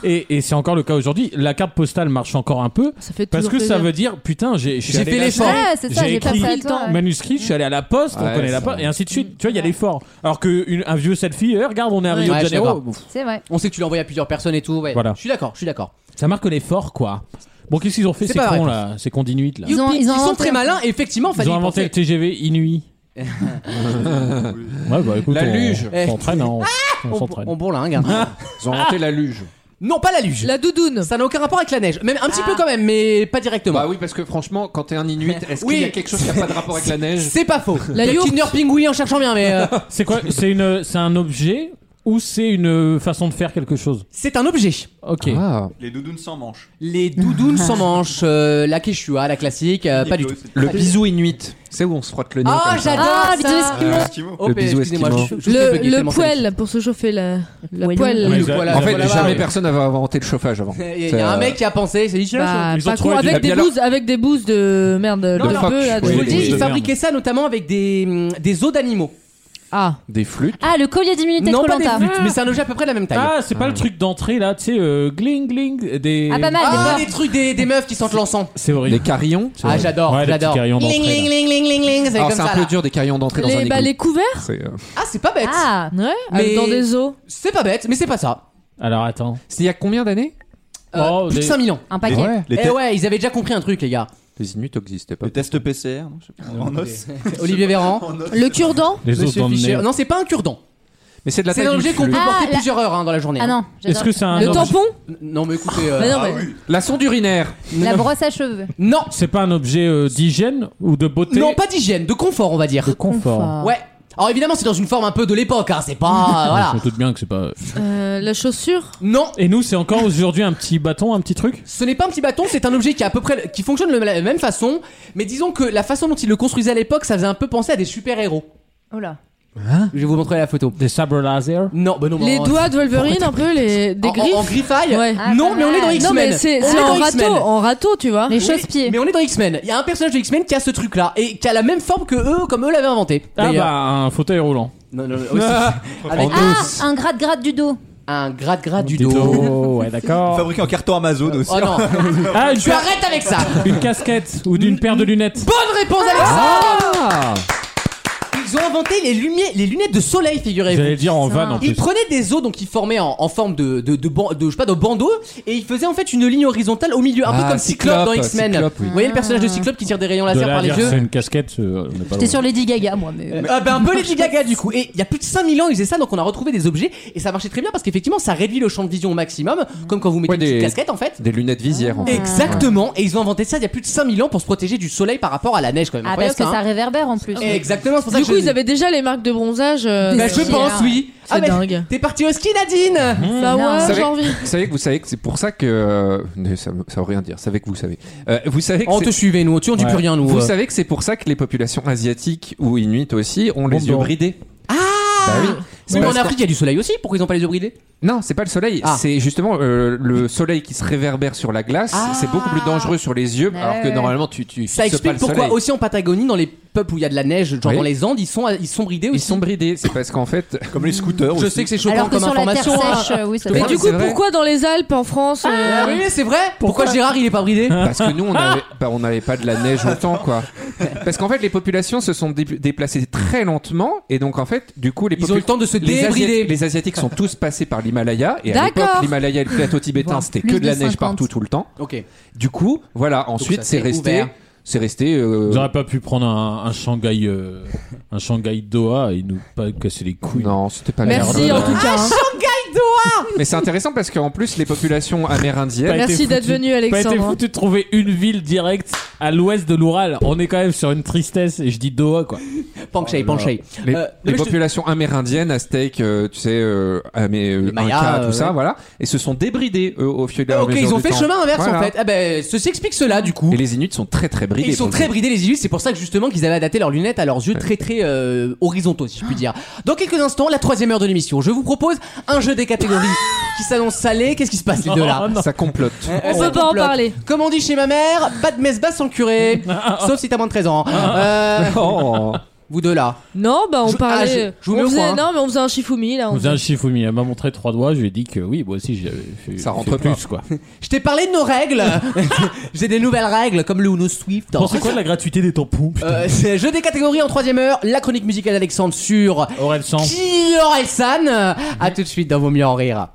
et, et c'est encore le cas aujourd'hui. La carte postale marche encore un peu Ça fait parce toujours que ça plaisir. veut dire putain, j'ai je suis J'ai allé fait lâcher l'effort. Ouais, c'est ça, J'ai j'ai pas écrit ça à le toi, temps. ouais. un manuscrit, je suis allé à la poste, on Ouais, connaît la ça- poste et ainsi de suite. Tu vois, il y a l'effort. Alors qu'un vieux selfie, eh, regarde, on est à Rio Ouais, de je suis Janeiro. d'accord. Ouf. C'est vrai. On sait que tu l'as envoyé à plusieurs personnes et tout. ouais. Voilà. Je suis d'accord, je suis d'accord. Ça marque l'effort quoi. Bon, qu'est-ce qu'ils ont fait C'est ces pas la cons là, ces cons d'Inuit là Ils ont- ils ont sont inventé- très malins, et effectivement, Ils fallait ont y inventé le penser. TGV Inuit. ouais, bah écoute, La on- luge. on s'entraîne, hein, on- on On, s'entraîne. on bourlingue. Ah. hein. Ils ont inventé la luge. non, pas la luge. La doudoune. Ah. Ça n'a aucun rapport avec la neige. Même un petit peu quand même, mais pas directement. Bah oui parce que franchement quand t'es un Inuit est-ce Oui. qu'il y a quelque chose qui a pas de rapport avec la neige C'est pas faux. La Il y a yourte. Kinder Pingouin en cherchant bien, mais euh, C'est quoi C'est une, c'est un objet ou c'est une façon de faire quelque chose c'est un objet. Ok. Ah. Les doudounes sans manches. Les doudounes sans manches, euh, la quechua, la classique, euh, pas du tout. Le bisou Inuit. C'est où on se frotte le nez Ah, comme ça. j'adore Ah, les ça. bisous Oh, Le mais bisou excusez-moi, esquimau. je- je- je suis Le, bugué le tellement c'est poêle pour se chauffer la, la poêle. poêle. Bah, Ouais, le ils ont- poêle à- En le fait poêle à jamais barbe. personne n'avait inventé le chauffage avant. euh, Il y a un mec qui a pensé, c'est dit, Bah, Ils ont pas trouvé con, du- avec Bien des alors- bouses, avec des bouses de merde, de alors- bœuf, là, Je de- je vous le des dis, bouses de ils fabriquaient merde. ça notamment avec des, hum, des os d'animaux. Ah, Des flûtes. Ah, le collier d'immunité de Non, pas des Colanta. flûtes, mais c'est un objet à peu près de la même taille. Ah, c'est pas le truc d'entrée là, tu sais, euh, gling gling des. Ah, pas mal. Ah, Ah, des des trucs, des, des meufs qui sentent l'encens. C'est horrible. Des carillons. Ah, j'adore, Ouais, les j'adore. petits carillons d'entrée, Ling, là. ling, ling, ling, ling, ling, c'est Alors comme Ah, c'est un ça. peu là. dur des carillons d'entrée dans un les, bah, igloo. les couverts C'est, euh, Ah, c'est pas bête. Ah, Ouais, Mais- avec dans des eaux. C'est pas bête, mais c'est pas ça. Alors attends. C'était il y a combien d'années Euh, Oh, plus de des- 5000 ans. un paquet. Les, Eh te- ouais, ils avaient déjà compris un truc, les gars. Les Inuits n'existaient pas. les tests PCR, non, je sais pas, en os. Olivier Véran, En os. Le cure-dent Les os Monsieur dans le Fischer. nez. Non, c'est pas un cure-dent. Mais c'est de la C'est taille un d'une objet qu'on peut flûte. Ah, porter la- plusieurs heures hein, dans la journée. Ah non, Est-ce j'adore. que c'est un. Le objet- tampon Non, mais écoutez. euh, Bah non, mais- La sonde urinaire. La brosse à cheveux. Non, C'est pas un objet euh, d'hygiène ou de beauté Ah, non, pas d'hygiène, de confort, on va dire. de confort. Confort. Ouais. Alors évidemment, c'est dans une forme un peu de l'époque, hein, c'est pas. euh, Je voilà. me doute bien que c'est pas. Euh, la chaussure Non, Et nous, c'est encore aujourd'hui un petit bâton, un petit truc ce n'est pas un petit bâton, c'est un objet qui, a à peu près, qui fonctionne de la même façon, mais disons que la façon dont ils le construisaient à l'époque, ça faisait un peu penser à des super-héros. Oh là. Je vais vous montrer la photo. Des sabres laser Non, bah non, mais Les en- doigts de Wolverine, un peu, les, en, des en- griffes en griffaille Ouais. Ah, Non, pas mais on est mal. dans Non, X-Men. mais c'est On c'est est dans en râteau, X-Men. en râteau, tu vois. Les Oui, chausse-pieds. Mais on est dans X-Men. Il y a un personnage de X-Men qui a ce truc-là et qui a la même forme que eux, comme eux l'avaient inventé. Ah d'ailleurs. bah, un fauteuil roulant. Non, non, non, aussi. Avec Ah, un gratte-gratte du dos. un grade-grade du Des dos. dos, ouais, d'accord. Fabriqué en carton Euh, Amazon aussi. Oh non, Ah, une, tu arrêtes avec ça. une casquette ou d'une paire de lunettes. Bonne réponse, Alexandre. Ah Ils Ils ont inventé les, lumières, les lunettes de soleil, figurez-vous. J'allais le dire en vanne, en plus. Ils prenaient des os, donc ils formaient en, en forme de, de, de, ban- de- je sais pas, de bandeau, et ils faisaient en fait une ligne horizontale au milieu, un peu Ah, comme Cyclope, Cyclope, dans X-Men. Cyclope, oui. Vous voyez le personnage de Cyclope qui tire des rayons De laser là par à les dire que yeux C'est une casquette. euh, on est pas J'étais loin. sur Lady Gaga, moi, mais. euh, Ah ben un peu Lady Gaga du coup. Et il y a plus de 5000 ans, ils faisaient ça, donc on a retrouvé des objets et ça marchait très bien parce qu'effectivement ça réduit le champ de vision au maximum, comme quand vous mettez une petite casquette en fait. Des lunettes visières en fait. Ah. Exactement, et ils ont inventé ça il y a plus de 5000 ans pour se protéger du soleil par rapport à la neige quand même. Ah, parce Incroyable, que ça, ça hein. réverbère en plus. Exactement, c'est pour ça Du que coup, je... ils avaient déjà les marques de bronzage. euh, Bah, je des- pense, oui. C'est mais dingue. T'es parti au ski, Nadine Mhm, Bah énorme. ouais, Vous savez, j'ai envie. vous savez que vous savez que c'est pour ça que euh, ne, ça, ça veut rien dire. Savez que vous savez. Euh, vous savez que On c'est- te suivait, nous, tu on dit Ouais. plus rien, nous. vous euh. savez que c'est pour ça que les populations asiatiques ou inuites aussi ont les Bon, yeux bon. bridés. Ah Bah oui. C'est Mais parce en Afrique, il y a du soleil aussi, pourquoi ils ont pas les yeux bridés que- Non, c'est pas le soleil. Ah. C'est justement euh, le soleil qui se réverbère sur la glace. Ah. C'est beaucoup plus dangereux sur les yeux, Ouais, alors que ouais. normalement tu tu Ça fixes pas explique le pourquoi soleil. aussi en Patagonie, dans les peuples où il y a de la neige, genre Oui. dans les Andes, ils sont, ils sont bridés Ils aussi. sont bridés. C'est parce qu'en fait. Comme les scooters Je sais que c'est choquant Alors que comme sur la terre information. hein. sèche, euh, oui, ça Mais Mais doit- c'est du coup, vrai. pourquoi dans les Alpes, en France euh, Ah oui, c'est vrai Pourquoi, Gérard il est pas bridé Parce que nous, on n'avait pas de la neige autant, quoi. Parce qu'en fait, les populations se sont dé- déplacées très lentement, et donc en fait, du coup, les Ils ont eu le populations temps de se les, Asiatiques, débrider. les Asiatiques sont tous passés par l'Himalaya, et à D'accord. l'époque, l'Himalaya et le plateau tibétain, c'était que Plus de la de neige 50. partout tout le temps. Ok. Du coup, voilà, ça ensuite, c'est s'est resté. ouvert. C'est resté. euh, Ils auraient pas pu prendre un, un Shanghai, euh, un Shanghai Doha et nous pas casser les couilles. Non, c'était pas Merci merde. en tout cas. hein. Mais c'est intéressant parce qu'en plus, les populations amérindiennes. Pas été Merci foutu. d'être venu, Pas été Alexandre. foutu de trouver une ville directe à l'ouest de l'Oural. On est quand même sur une tristesse et je dis Doha quoi. Panchei, Panchei. Les, Euh, les mais je te- populations amérindiennes, aztèques, euh, tu sais, euh, amé- euh, Les Mayas, Incas, tout euh, ça, ouais. voilà, et se sont débridés eux, au fil de la Ok, ils ont fait chemin inverse en fait. Ah ben, ceci explique cela du coup. Et les Inuits sont très très bridés. ils sont pour le très coup. bridés les Inuits, c'est pour ça que justement qu'ils avaient adapté leurs lunettes à leurs yeux très très euh, horizontaux si je puis dire. Dans quelques instants, la troisième heure de l'émission, je vous propose un jeu des catégories qui s'annonce salé. Qu'est-ce qui se passe les deux là Ça complote. On Ça Oh, peut pas en complote. parler. Comme on dit chez ma mère, pas de messe basse sans le curé. Sauf si t'as moins de 13 ans. Euh, Oh. vous deux là. Non, bah on Je- parlait. ah, je- je vous mets on au faisait, coin, hein. non, mais on faisait un Shifumi là. On on faisait un Shifumi, elle m'a montré trois doigts, je lui ai dit que oui, moi aussi j'avais fait, Ça fait rentre pas. plus quoi. Je t'ai parlé de nos règles. J'ai des nouvelles règles comme le Uno Swift. Pensez quoi de la gratuité des tampons putain Euh, c'est jeu des catégories en troisième heure, la chronique musicale d'Alexandre sur Euh, Aurel San. Killer Elsan. A tout de suite dans Vos mieux en rire.